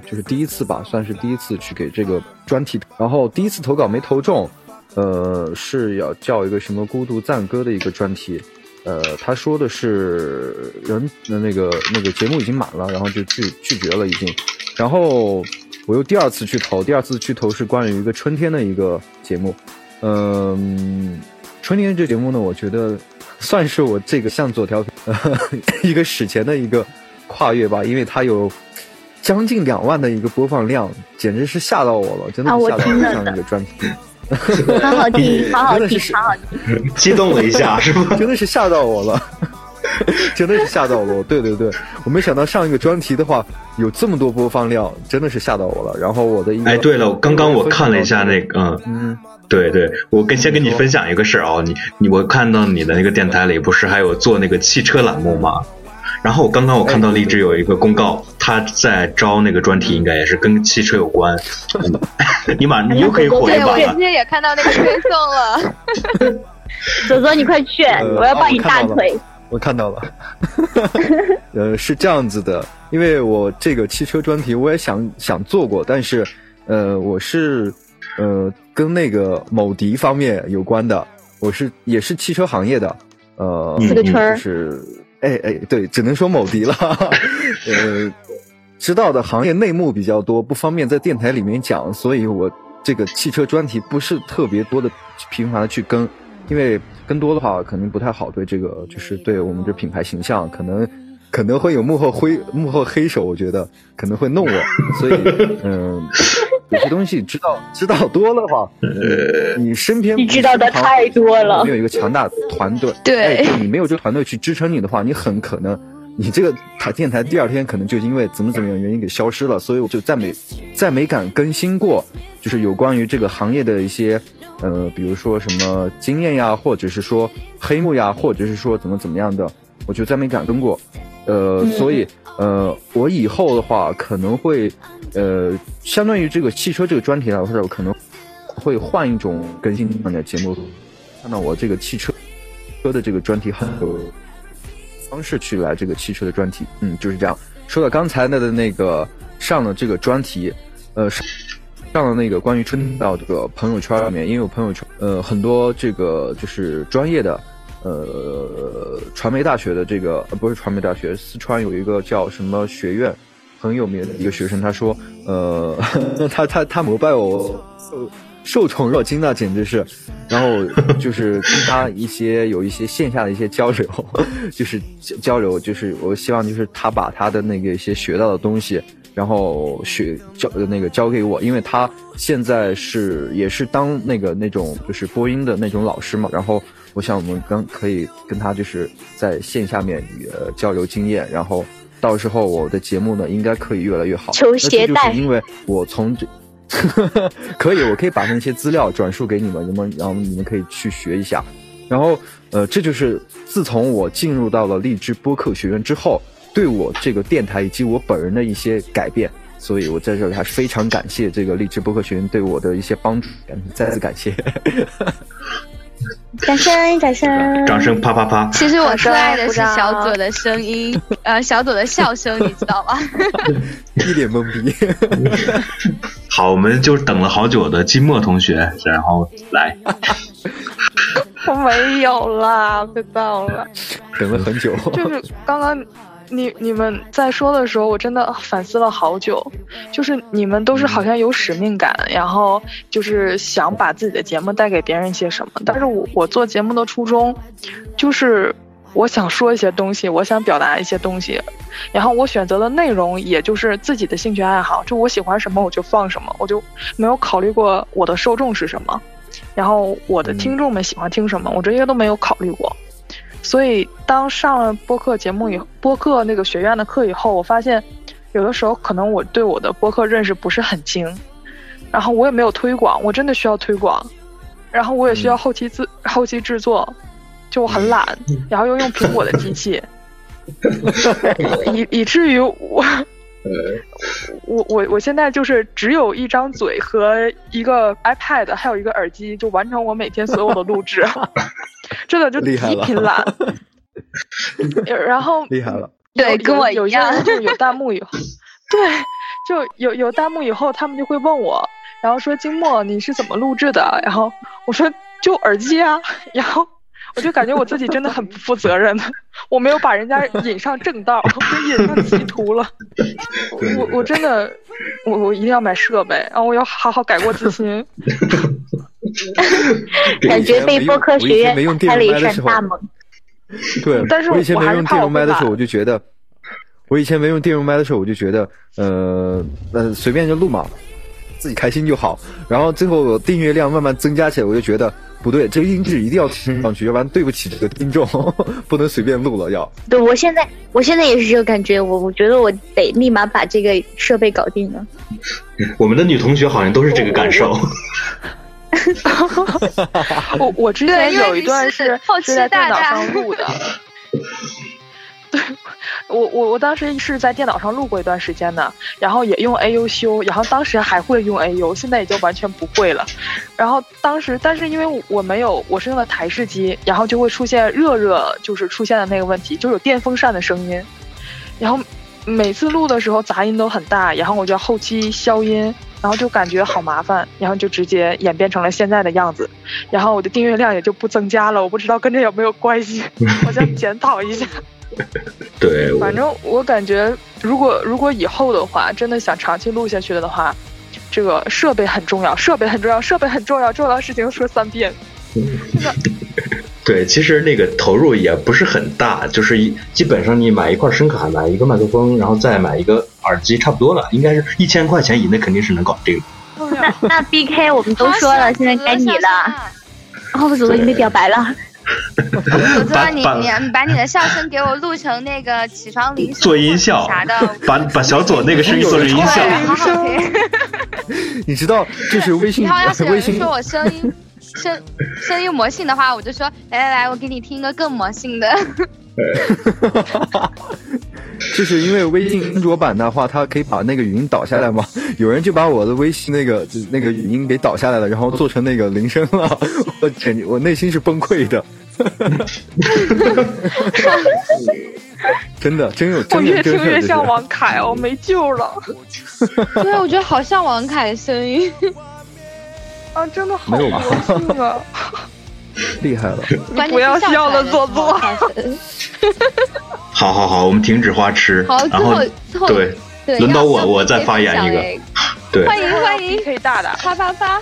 就是第一次吧，算是第一次去给这个专题，然后第一次投稿没投中，呃，是要叫一个什么孤独赞歌的一个专题。呃，他说的是人呃那个那个节目已经满了，然后就拒拒绝了已经。然后我又第二次去投，第二次去投是关于一个春天的一个节目。嗯，春天这节目呢，我觉得算是我这个向左调 一个史前的一个跨越吧，因为它有将近两万的一个播放量，简直是吓到我了，真的吓到啊我像一个专题。啊
好好听，好好听，好好
听，激动了一 下，是吗？
真的是吓到我了，真的是吓到我。对对对，我没想到上一个专题的话有这么多播放量，真的是吓到我了。然后我的一
哎，对了，刚刚我看了一下那个，嗯
嗯，
对对，我跟先跟你分享一个事儿啊、哦，你你我看到你的那个电台里不是还有做那个汽车栏目吗？然后我刚刚我看到荔枝有一个公告，他在招那个专题，应该也是跟汽车有关。嗯 你马你又可以火一把
了。对，我今天也看到那个推送了。
左左，你快去，
呃
我要
哦
抱你大腿。
我看到了。 呃，是这样子的，因为我这个汽车专题我也想想做过，但是呃，我是呃跟那个某迪方面有关的，我是也是汽车行业的。呃，
嗯
四个圈儿
就是哎哎，对，只能说某迪了。呃，知道的行业内幕比较多，不方便在电台里面讲，所以我这个汽车专题不是特别多的频繁的去跟，因为跟多的话肯定不太好，对这个就是对我们这品牌形象可能。 可能会有幕后灰、幕后黑手，我觉得可能会弄我，所以嗯，有些东西知道知道多了话，呃，你身边
你知道的太多了
没有一个强大的团队，
对
哎你没有这个团队去支撑你的话，你很可能你这个台电台第二天可能就因为怎么怎么样原因给消失了，所以我就再没再没敢更新过，就是有关于这个行业的一些。呃，比如说什么经验呀，或者是说黑幕呀，或者是说怎么怎么样的，我就再没敢跟过。呃，所以呃，我以后的话可能会，呃，相当于这个汽车这个专题来说，我可能会换一种更新方的节目，按照我这个汽车车的这个专题很有方式去来这个汽车的专题，嗯，就是这样。说到刚才那的那个上了这个专题，呃，上上了那个关于春到这个朋友圈里面，因为我朋友圈呃很多这个就是专业的。呃，传媒大学的这个、呃、不是传媒大学，四川有一个叫什么学院，很有名的一个学生，他说，呃， 他他他膜拜我，受受宠若惊那简直是，然后就是跟他一些有一些线下的一些交流，就是交交流，就是我希望就是他把他的那个一些学到的东西，然后学交那个交给我，因为他现在是也是当那个那种就是播音的那种老师嘛，然后我想我们刚可以跟他就是在线下面呃交流经验，然后到时候我的节目呢应该可以越来越好。
求携带
那这就是因为我从这。 可以，我可以把那些资料转述给你们，你们然后你们可以去学一下。然后，呃，这就是自从我进入到了荔枝播客学院之后，对我这个电台以及我本人的一些改变。所以我在这里还是非常感谢这个荔枝播客学院对我的一些帮助，嗯再次感谢。
掌声，掌声，
掌声啪啪啪！
其实我最爱的是
鼓掌
小左的声音，呃，小左的笑声，你知道吧？
一脸懵逼。
好，我们就等了好久的金墨同学，然后来，
我没有啦，别闹了。
等了很久，
就是刚刚你你们在说的时候，我真的反思了好久。就是你们都是好像有使命感，然后就是想把自己的节目带给别人一些什么。但是我我做节目的初衷，就是我想说一些东西，我想表达一些东西，然后我选择的内容也就是自己的兴趣爱好，就我喜欢什么我就放什么，我就没有考虑过我的受众是什么，然后我的听众们喜欢听什么，我这些都没有考虑过。所以当上了播客节目以播客那个学院的课以后，我发现有的时候可能我对我的播客认识不是很精，然后我也没有推广，我真的需要推广，然后我也
嗯
需要后期制、后期制作，就我很懒，
嗯
然后又用苹果的机器，以以至于我。
嗯
我我我现在就是只有一张嘴和一个 iPad，还有一个耳机，就完成我每天所有的录制， 真的就
厉害
极
了
品懒。然后
厉害了。
对
有
跟我
有
一
些人
样
就有弹幕 以后，对，就有有弹幕以后，他们就会问我，然后说金墨你是怎么录制的？啊然后我说就耳机啊，然后我就感觉我自己真的很不负责任，我没有把人家引上正道，我就引上歧途了。我我真的，我我一定要买设备，然后我要好好改过自新。
感觉被播客学院
我以前没用
开
电
了
容麦的
一扇
时候
大，门。
对，
但是
我以前
我
没
还是
用
怕
电
我
容麦的时候，
会
我就觉得，我以前没用电容麦的时候，我就觉得，呃，呃，随便就录嘛，自己开心就好。然后最后我订阅量慢慢增加起来，我就觉得不对，这个音质一定要提上去，要不然对不起这个听众， 不能随便录了要。
对，我现在我现在也是这个感觉，我我觉得我得立马把这个设备搞定了。
我们的女同学好像都是这个感受。
我我之前
对，因
有
为
一
你
段
是
是
后期
是在
大
电脑
大
上录的。 对，我我我当时是在电脑上录过一段时间的，然后也用 AU 修，然后当时还会用 AU，现在已经完全不会了。然后当时，但是因为我没有，我是用的台式机，然后就会出现热热，就是出现的那个问题，就是有电风扇的声音，然后每次录的时候杂音都很大，然后我就要后期消音，然后就感觉好麻烦，然后就直接演变成了现在的样子，然后我的订阅量也就不增加了，我不知道跟这有没有关 系，我想检讨一下。
对，我
反正我感觉，如果如果以后的话，真的想长期录下去的话，这个设备很重要，设备很重要，设备很重要，重要的事情说三遍。
对，其实那个投入也不是很大，就是一基本上你买一块声卡，买一个麦克风，然后再买一个耳机，差不多了，应该是一千块钱以内肯定是能搞定的。
那那 B K 我们 都说了，现在该你了。哦，我怎么你被表白了？
我知道你
把
你你把你的笑声给我录成那个起床铃声
做音效
啥的，
把把小左那个声音做成音效，
对，啊好好听。
你知道，就是微信
以后要是有
微
人
信
说我声音声声音魔性的话，我就说来来来，我给你听一个更魔性的。
就是因为微信安卓版的话，它可以把那个语音导下来嘛。 有人就把我的微信那个就那个语音给导下来了，然后做成那个铃声了， 我整我内心是崩溃的。 真的，真有，
我
真
越
的，
听
真的
越
有这
像
种。
王凯哦，没救了
对，我觉得好像王凯的声音。
啊！真的好
没有吧
魔性 啊！
厉害了。
关键是
不要
笑出来
笑了
的
做作
王凯的声音
好好好，我们停止花痴，
好，最
然后
后最后
对，
对，
轮到
要
我
要
我
不
再
给
发
分
言
享
一个
嘞
对
欢迎欢迎，
可以大大，
发发发！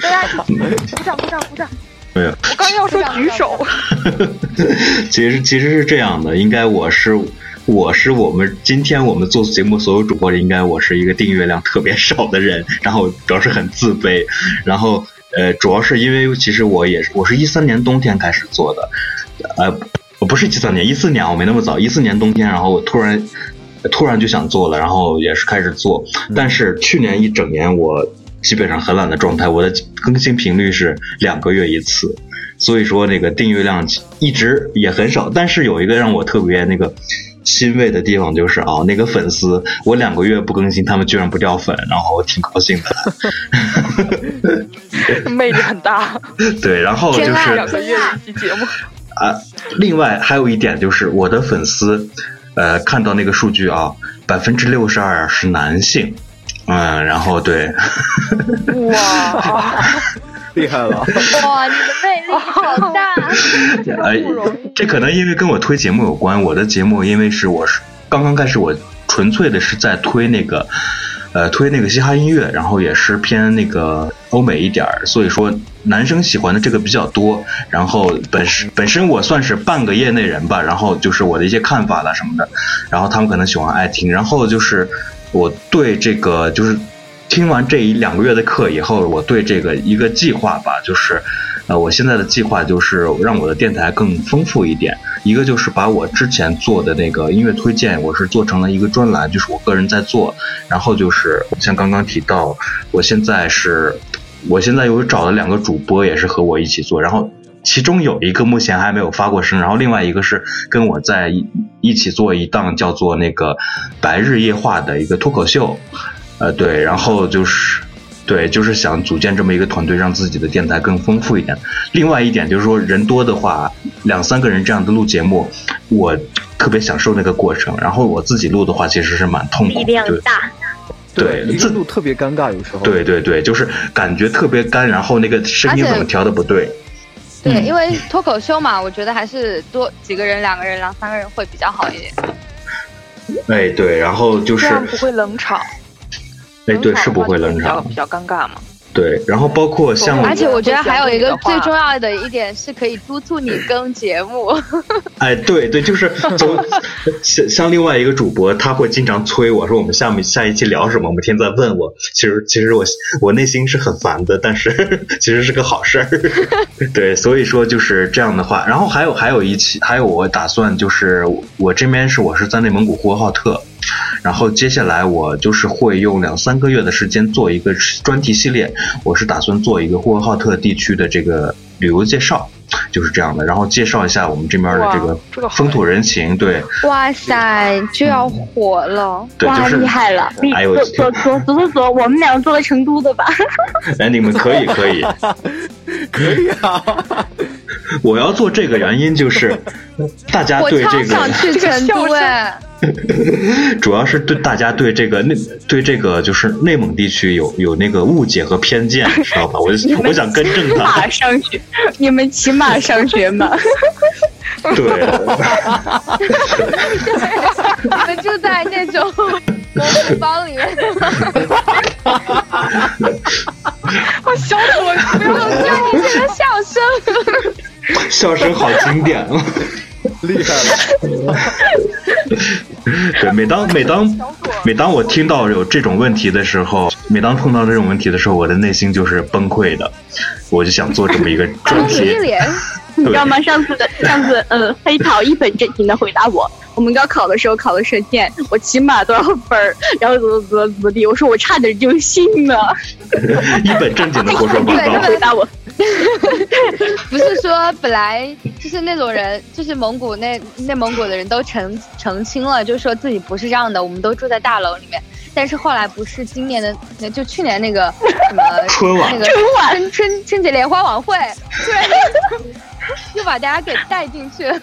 大家鼓掌鼓掌鼓掌！
没有，
我刚要说举手，
其实其实是这样的，应该我是我是我们今天我们做节目所有主播里，应该我是一个订阅量特别少的人，然后主要是很自卑，然后呃，主要是因为其实我也是我是一三年冬天开始做的，呃，我不是一三年，一四年我没那么早，一四年冬天，然后我突然突然就想做了，然后也是开始做，但是去年一整年我基本上很懒的状态，我的更新频率是两个月一次，所以说那个订阅量一直也很少。但是有一个让我特别那个欣慰的地方就是啊，那个粉丝我两个月不更新，他们居然不掉粉，然后我挺高兴的。
魅力很大。
对，然后就
啊
两
是
个月一期节目，
啊，另外还有一点就是我的粉丝，呃，看到那个数据啊，百分之六十二是男性。嗯，然后对，
哇！
厉害了，
哇，你的魅力好大！
哎，这可能因为跟我推节目有关。我的节目因为是我是刚刚开始，我纯粹的是在推那个，呃，推那个嘻哈音乐，然后也是偏那个欧美一点儿，所以说男生喜欢的这个比较多。然后本身本身我算是半个业内人吧，然后就是我的一些看法啦什么的，然后他们可能喜欢爱听。然后就是我对这个就是听完这一两个月的课以后，我对这个一个计划吧，就是，呃，我现在的计划就是让我的电台更丰富一点。一个就是把我之前做的那个音乐推荐，我是做成了一个专栏，就是我个人在做。然后就是像刚刚提到，我现在是，我现在有找了两个主播，也是和我一起做。然后其中有一个目前还没有发过声，然后另外一个是跟我在一一起做一档叫做那个“白日夜话”的一个脱口秀。呃，对，然后就是。对，就是想组建这么一个团队，让自己的电台更丰富一点。另外一点就是说，人多的话，两三个人这样的录节目，我特别享受那个过程。然后我自己录的话，其实是蛮痛苦
力
的。
量
对
大，
对
一个
自
路特别尴尬，有时候。
对对对，就是感觉特别干，然后那个声音
而且
怎么调的不对。
对，因为脱口秀嘛，我觉得还是多几个人、两个人、两三个人会比较好一点。
哎，对，然后就是
这样不会冷场。
哎，对，
冷
是
场
不
的话
会
就
冷
比较
场。
比较尴尬嘛。
对，然后包括像
对
而且我觉得还有一个
会
最
讲这个话
重要的一点是可以督促你更节目。
哎，对对，就是从 像像另外一个主播，他会经常催我说我们下面下一期聊什么，每天在问我。其实其实我我内心是很烦的，但是 其实是个好事儿。对，所以说就是这样的话。然后还有还有一期，还有我打算就是我这边是我是在内蒙古呼和浩特，然后接下来我就是会用两三个月的时间做一个专题系列，我是打算做一个呼和浩特地区的这个旅游介绍，就是这样的，然后介绍一下我们这边的这
哇这个
个
好
风土人情，对
哇塞，就要火了！
对，就
哇，
是
厉害了！你
哎呦我
左左左左左左，我们两个做了成都的吧？
哎，你们可以可以，
可以啊，
我要做这个原因就是，大家
我
对
超
这
想
个
去成都哎，
主要是对大家对这个内对这个就是内蒙地区有有那个误解和偏见，知道吧？我就我想更正他
马，上学，你们骑马上学吗？
对，
你们住在那种蘑菇包里面，
啊，小死我！不要
哦
我 救你这个笑声。
笑声好经典 啊！
厉害了，
对，每当每当
小锁，
每当我听到有这种问题的时候，每当碰到这种问题的时候，我的内心就是崩溃的。我就想做这么一个专
公 主
题
一，脸，
你知道吗？上次上次，嗯，黑桃一本正经的回答我，我们高考的时候考了射箭，我起码多少分儿，然后怎么怎么怎么地，我说我差点就信了，
一本正经的胡说八
对
道
根。
回答我，
不是说本来就是那种人，就是蒙古内内蒙古的人都澄澄清了，就说自己不是这样的，我们都住在大楼里面。但是后来不是今年的，那就去年那个什么
春晚
那个春春春节联欢晚会，突 然又把大家给带进去了。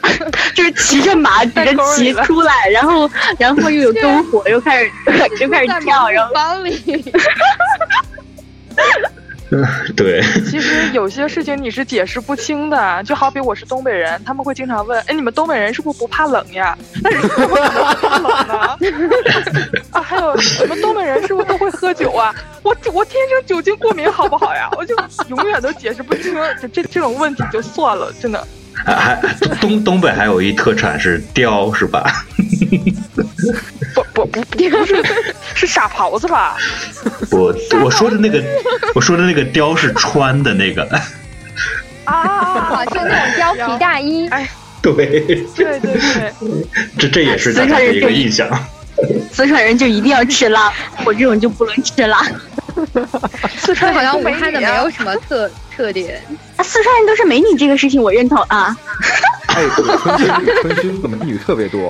就是骑着马直接骑出来，然后然后又有篝火，又开始又开
在
始跳，然
蒙
后
古包里，
对，
其实有些事情你是解释不清的，就好比我是东北人，他们会经常问：“哎，你们东北人是不是不怕冷呀？”但是怎么可能不怕冷呢？ 啊，还有你们东北人是不是都会喝酒啊？我我天生酒精过敏，好不好呀？我就永远都解释不清，就这这种问题就算了，真的。
还还东东北还有一特产是雕，是吧？
不不不不是 是傻狍子吧？
我我说的那个，我说的那个雕是穿的那个，
啊，
啊，
就那种貂皮大衣，
对，
对对对，
这这也是大家的一个印象。
四川人就一定要吃辣，我这种就不能吃辣，
四
就
川
好像武
也是
汉的
美
没
女啊
有什么特特点。
啊四川人都是美女这个事情我认同啊。
哎，对，昆 曲昆曲怎么地域特别多，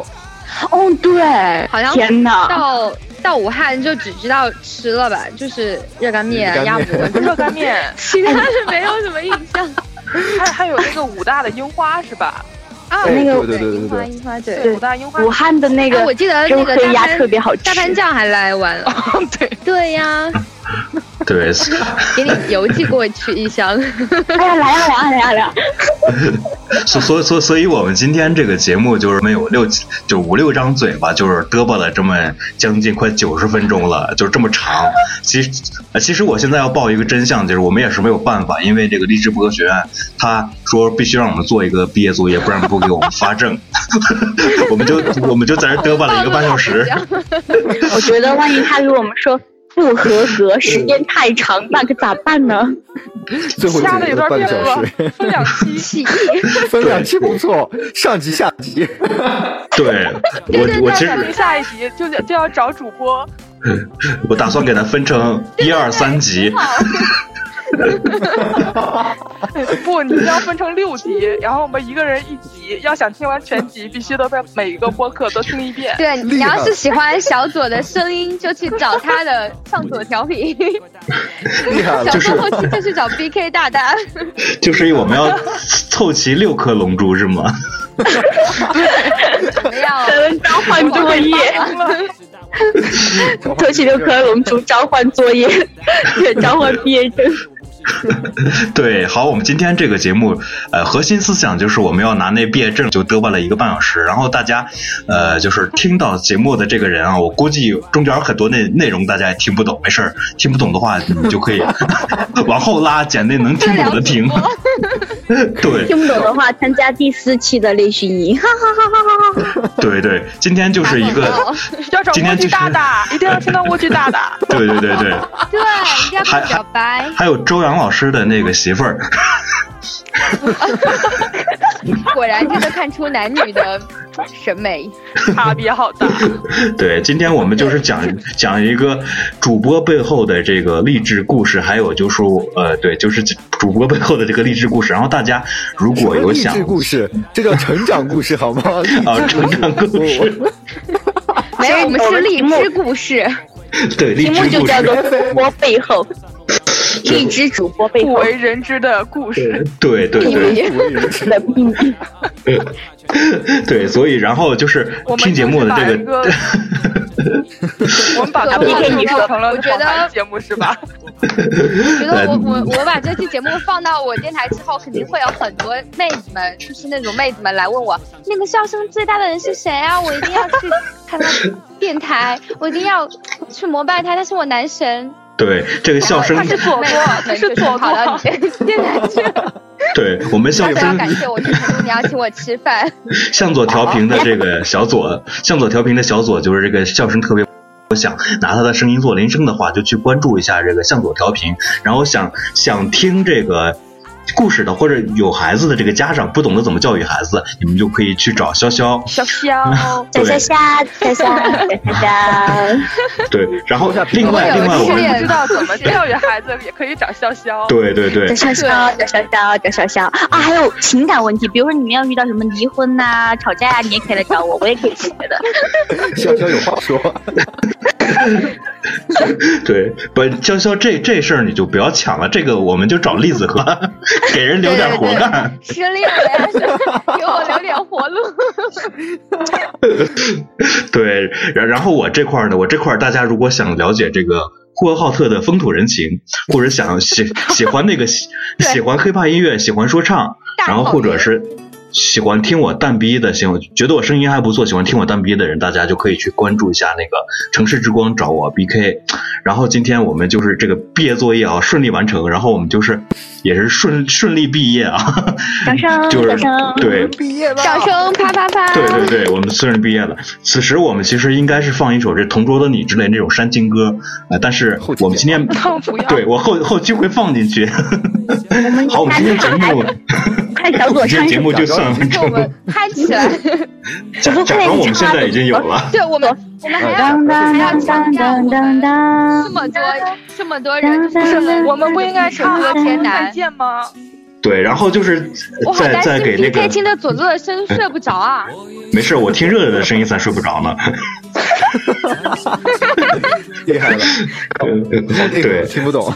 哦，对，
好像
天哪，
到到武汉就只知道吃了吧，就是热干面、
热
鸭
干面 哎
脖，
热 干面，
其他
哎
的没有什么印象。
还还有那个武大的樱花是吧？
啊，
哎，
那个
对对对对
樱花
对，
樱花对。
对，武大樱花
武汉的那
啊，
个
我记得那
周
个
黑
大
鸭特
潘
别好吃
大，潘酱还来玩了。
对。
对呀，
对，
给你邮寄过去一箱。
哎呀，来呀来呀来呀啊来呀！
所所所所以，我们今天这个节目就是没有六就五六张嘴巴，就是嘚啵了这么将近快九十分钟了，就是这么长。其实，呃其实我现在要报一个真相，就是我们也是没有办法，因为这个励志播客学院他说必须让我们做一个毕业作业，不然不给我们发证， 我们就我们就在这嘚啵了一个半小时。
我觉得万一他给我们说不合格，时间太长，那可咋办呢？
最后
掐的
只
有
有半
点
个
变
小
了
时，，
分两期。
起义，
分两期不错，上集下集，
对我， 我其
下集
实
下一集就就要找主播，
我打算给它分成一二三集，
不，你要分成六 集，然后我们一个人一集。要想听完全集，必须都在每一个播客都听一 遍。
对你
厉害
要是喜欢小左的声音，就去找他的上左调频；
厉害了，
小
啊就是
左后期就去找 BK 大大。
就是我们要凑齐六颗龙珠是吗？
怎么样？
可能召唤作业，偷袭六颗龙珠召唤作业，对，召唤毕业证。
对，好，我们今天这个节目，呃，核心思想就是我们要拿那毕业证就嘚吧了一个半小时，然后大家，呃，就是听到节目的这个人啊，我估计中间有很多内内容大家也听不懂，没事儿，听不懂的话你就可以 往后拉，捡那能听懂的听。对
听不懂的话，参加第四期的内训营，哈哈哈哈哈哈！
对对，今天就是一
打广告
个，
要找莴苣大 大，一定要听到莴苣大大。
对对对对，
对，一定要跟我表白。
还有周洋老师的那个媳妇儿，
果然这就看出男女的审美。
差别好大，
对，今天我们就是讲 讲一个主播背后的这个励志故事，还有就是呃，对，就是主播背后的这个励志故事。然后大家如果有
励
想
志故事，这叫成长故事好吗？
啊、成长故事，
没有，我们是
所以
荔
我们
枝故事。
对，励
题目
志
就
故
叫
事，
做“我背后
荔枝主播背
不
后
为人知的故事。
对对对
不为人知
的秘密。
对，所以然后就是
我们
听节目的
就是把
这
一个
个，
我们把
我
给
跟你说
成了
我觉得
访谈节目是吧？
我觉 得我
嗯
我我把这期节目放到我电台之后，肯定会有很多妹子们，就是那种妹子们来问我，那个笑声最大的人是谁啊？我一定要去看他电台，我一定要去膜拜他，他是我男神。
对这个笑声
他，是左
妹
舵
子们，
他
就是
左
跑到
舵。
你电台去了，
对我们笑
大家要
声
感谢我去成都，你要请我吃饭。
向左调频的这个小左，向左调频的小左就是这个笑声特别。我想拿他的声音做铃声的话，就去关注一下这个向左调频。然后想想听这个故事的，或者有孩子的这个家长不懂得怎么教育孩子，你们就可以去找潇潇。
小肖，
对
虾虾虾虾虾虾，
对，然后另
我
外
有
另外
一
我
系
们
列
不知道怎么教育孩子，也可以找潇潇。
对对对
叫潇潇，叫潇潇，叫潇潇啊！还有情感问题，比如说你们要遇到什么离婚呐、吵架呀、你也可以来找我，我也可以解决的。
潇潇有话说，
对，不潇潇这这事儿你就不要抢了，这个我们就找栗子和给人留点活干。
失恋了呀，是吧给我留点活路。
对，然然后我这块儿呢，我这块儿大家如果想了解这个呼和浩特的风土人情，或者想喜喜欢那个 喜喜欢 hiphop 音乐，喜欢说唱，
大
然后
好
或者
人
是喜欢听我蛋逼的，喜欢觉得我声音还不错，喜欢听我蛋逼的人，大家就可以去关注一下那个城市之光找我 BK。然后今天我们就是这个毕业作业啊顺利完成，然后我们就是也是顺顺利毕业啊，
掌声，
就是
掌声。
对
毕业了，
掌声啪啪啪！
对对对，我们虽然毕业了，此时我们其实应该是放一首这《同桌的你》之类那种煽情歌啊、呃但是
后期
我们今天
当不要。
对我后后期会放进去。 好，我们今天节目，
快小
我
左
们今天
上一
节
首
目就算完
给我
成了
们。嗨起来！
假假装我们现在已经有了，
对我们，我们还要
当当当当当
这
当当。
么多这么多人，
不
是
我们不应该唱
和
《
田
再
南。
啊见》吗？
对，然后就是
我好
再
担
再
心
给那
BK
个
听着左左的声音睡不着啊！
没事，我听热热的声音才睡不着呢。
厉害了，
对，
听不懂，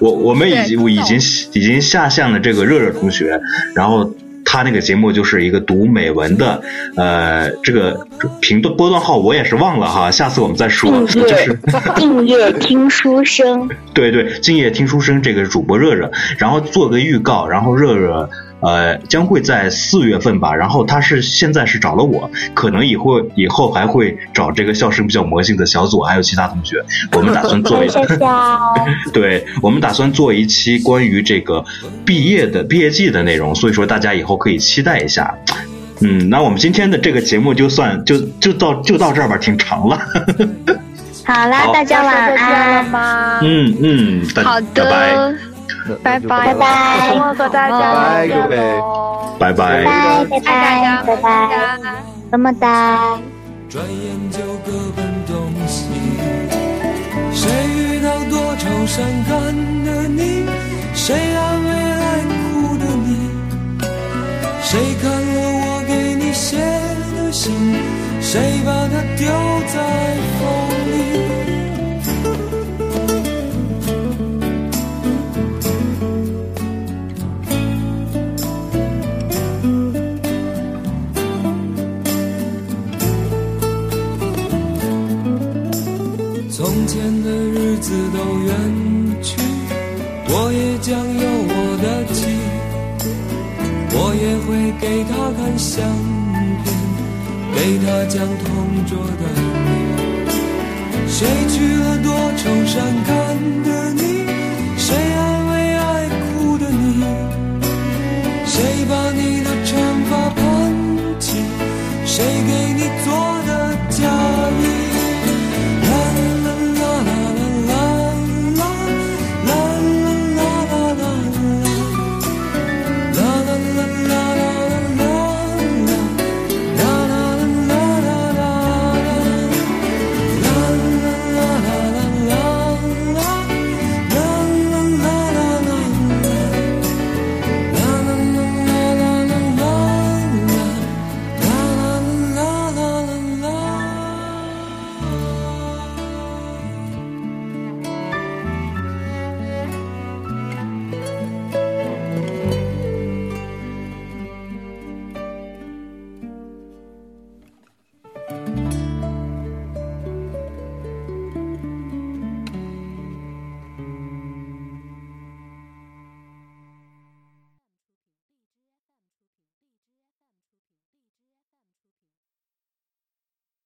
我我们已
对
经我已经已经下线了这个热热同学，然后他那个节目就是一个读美文的，呃，这个频段波段号我也是忘了哈，下次我们再说。
嗯对
就是
静夜听书声，
对对，今夜听书声这个主播热热，然后做个预告，然后热热。呃，将会在四月份吧，然后他是现在是找了我，可能以后以后还会找这个笑声比较魔性的小组，还有其他同学，我们打算做一 下
谢。谢啊。
对我们打算做一期关于这个毕业的毕业季的内容，所以说大家以后可以期待一下。嗯，那我们今天的这个节目就算就就到就到这儿吧，挺长了。
好啦，
好
大家晚
再见了
安，
吗？
嗯嗯，大
好
拜拜
的，拜拜
拜拜，
默和大家
拜拜
再
各
见
位
喽。
拜拜。
拜拜，
爱大家，
拜拜，
大家。
么么哒。
转眼就各奔东西。谁遇到多愁善感的你？谁安慰爱哭的你？谁看了我给你写的信？谁把它丢在风里？从前的日子都远去，我也将有我的妻，我也会给她看相片，给她讲同桌的你。谁娶了多愁善感的你？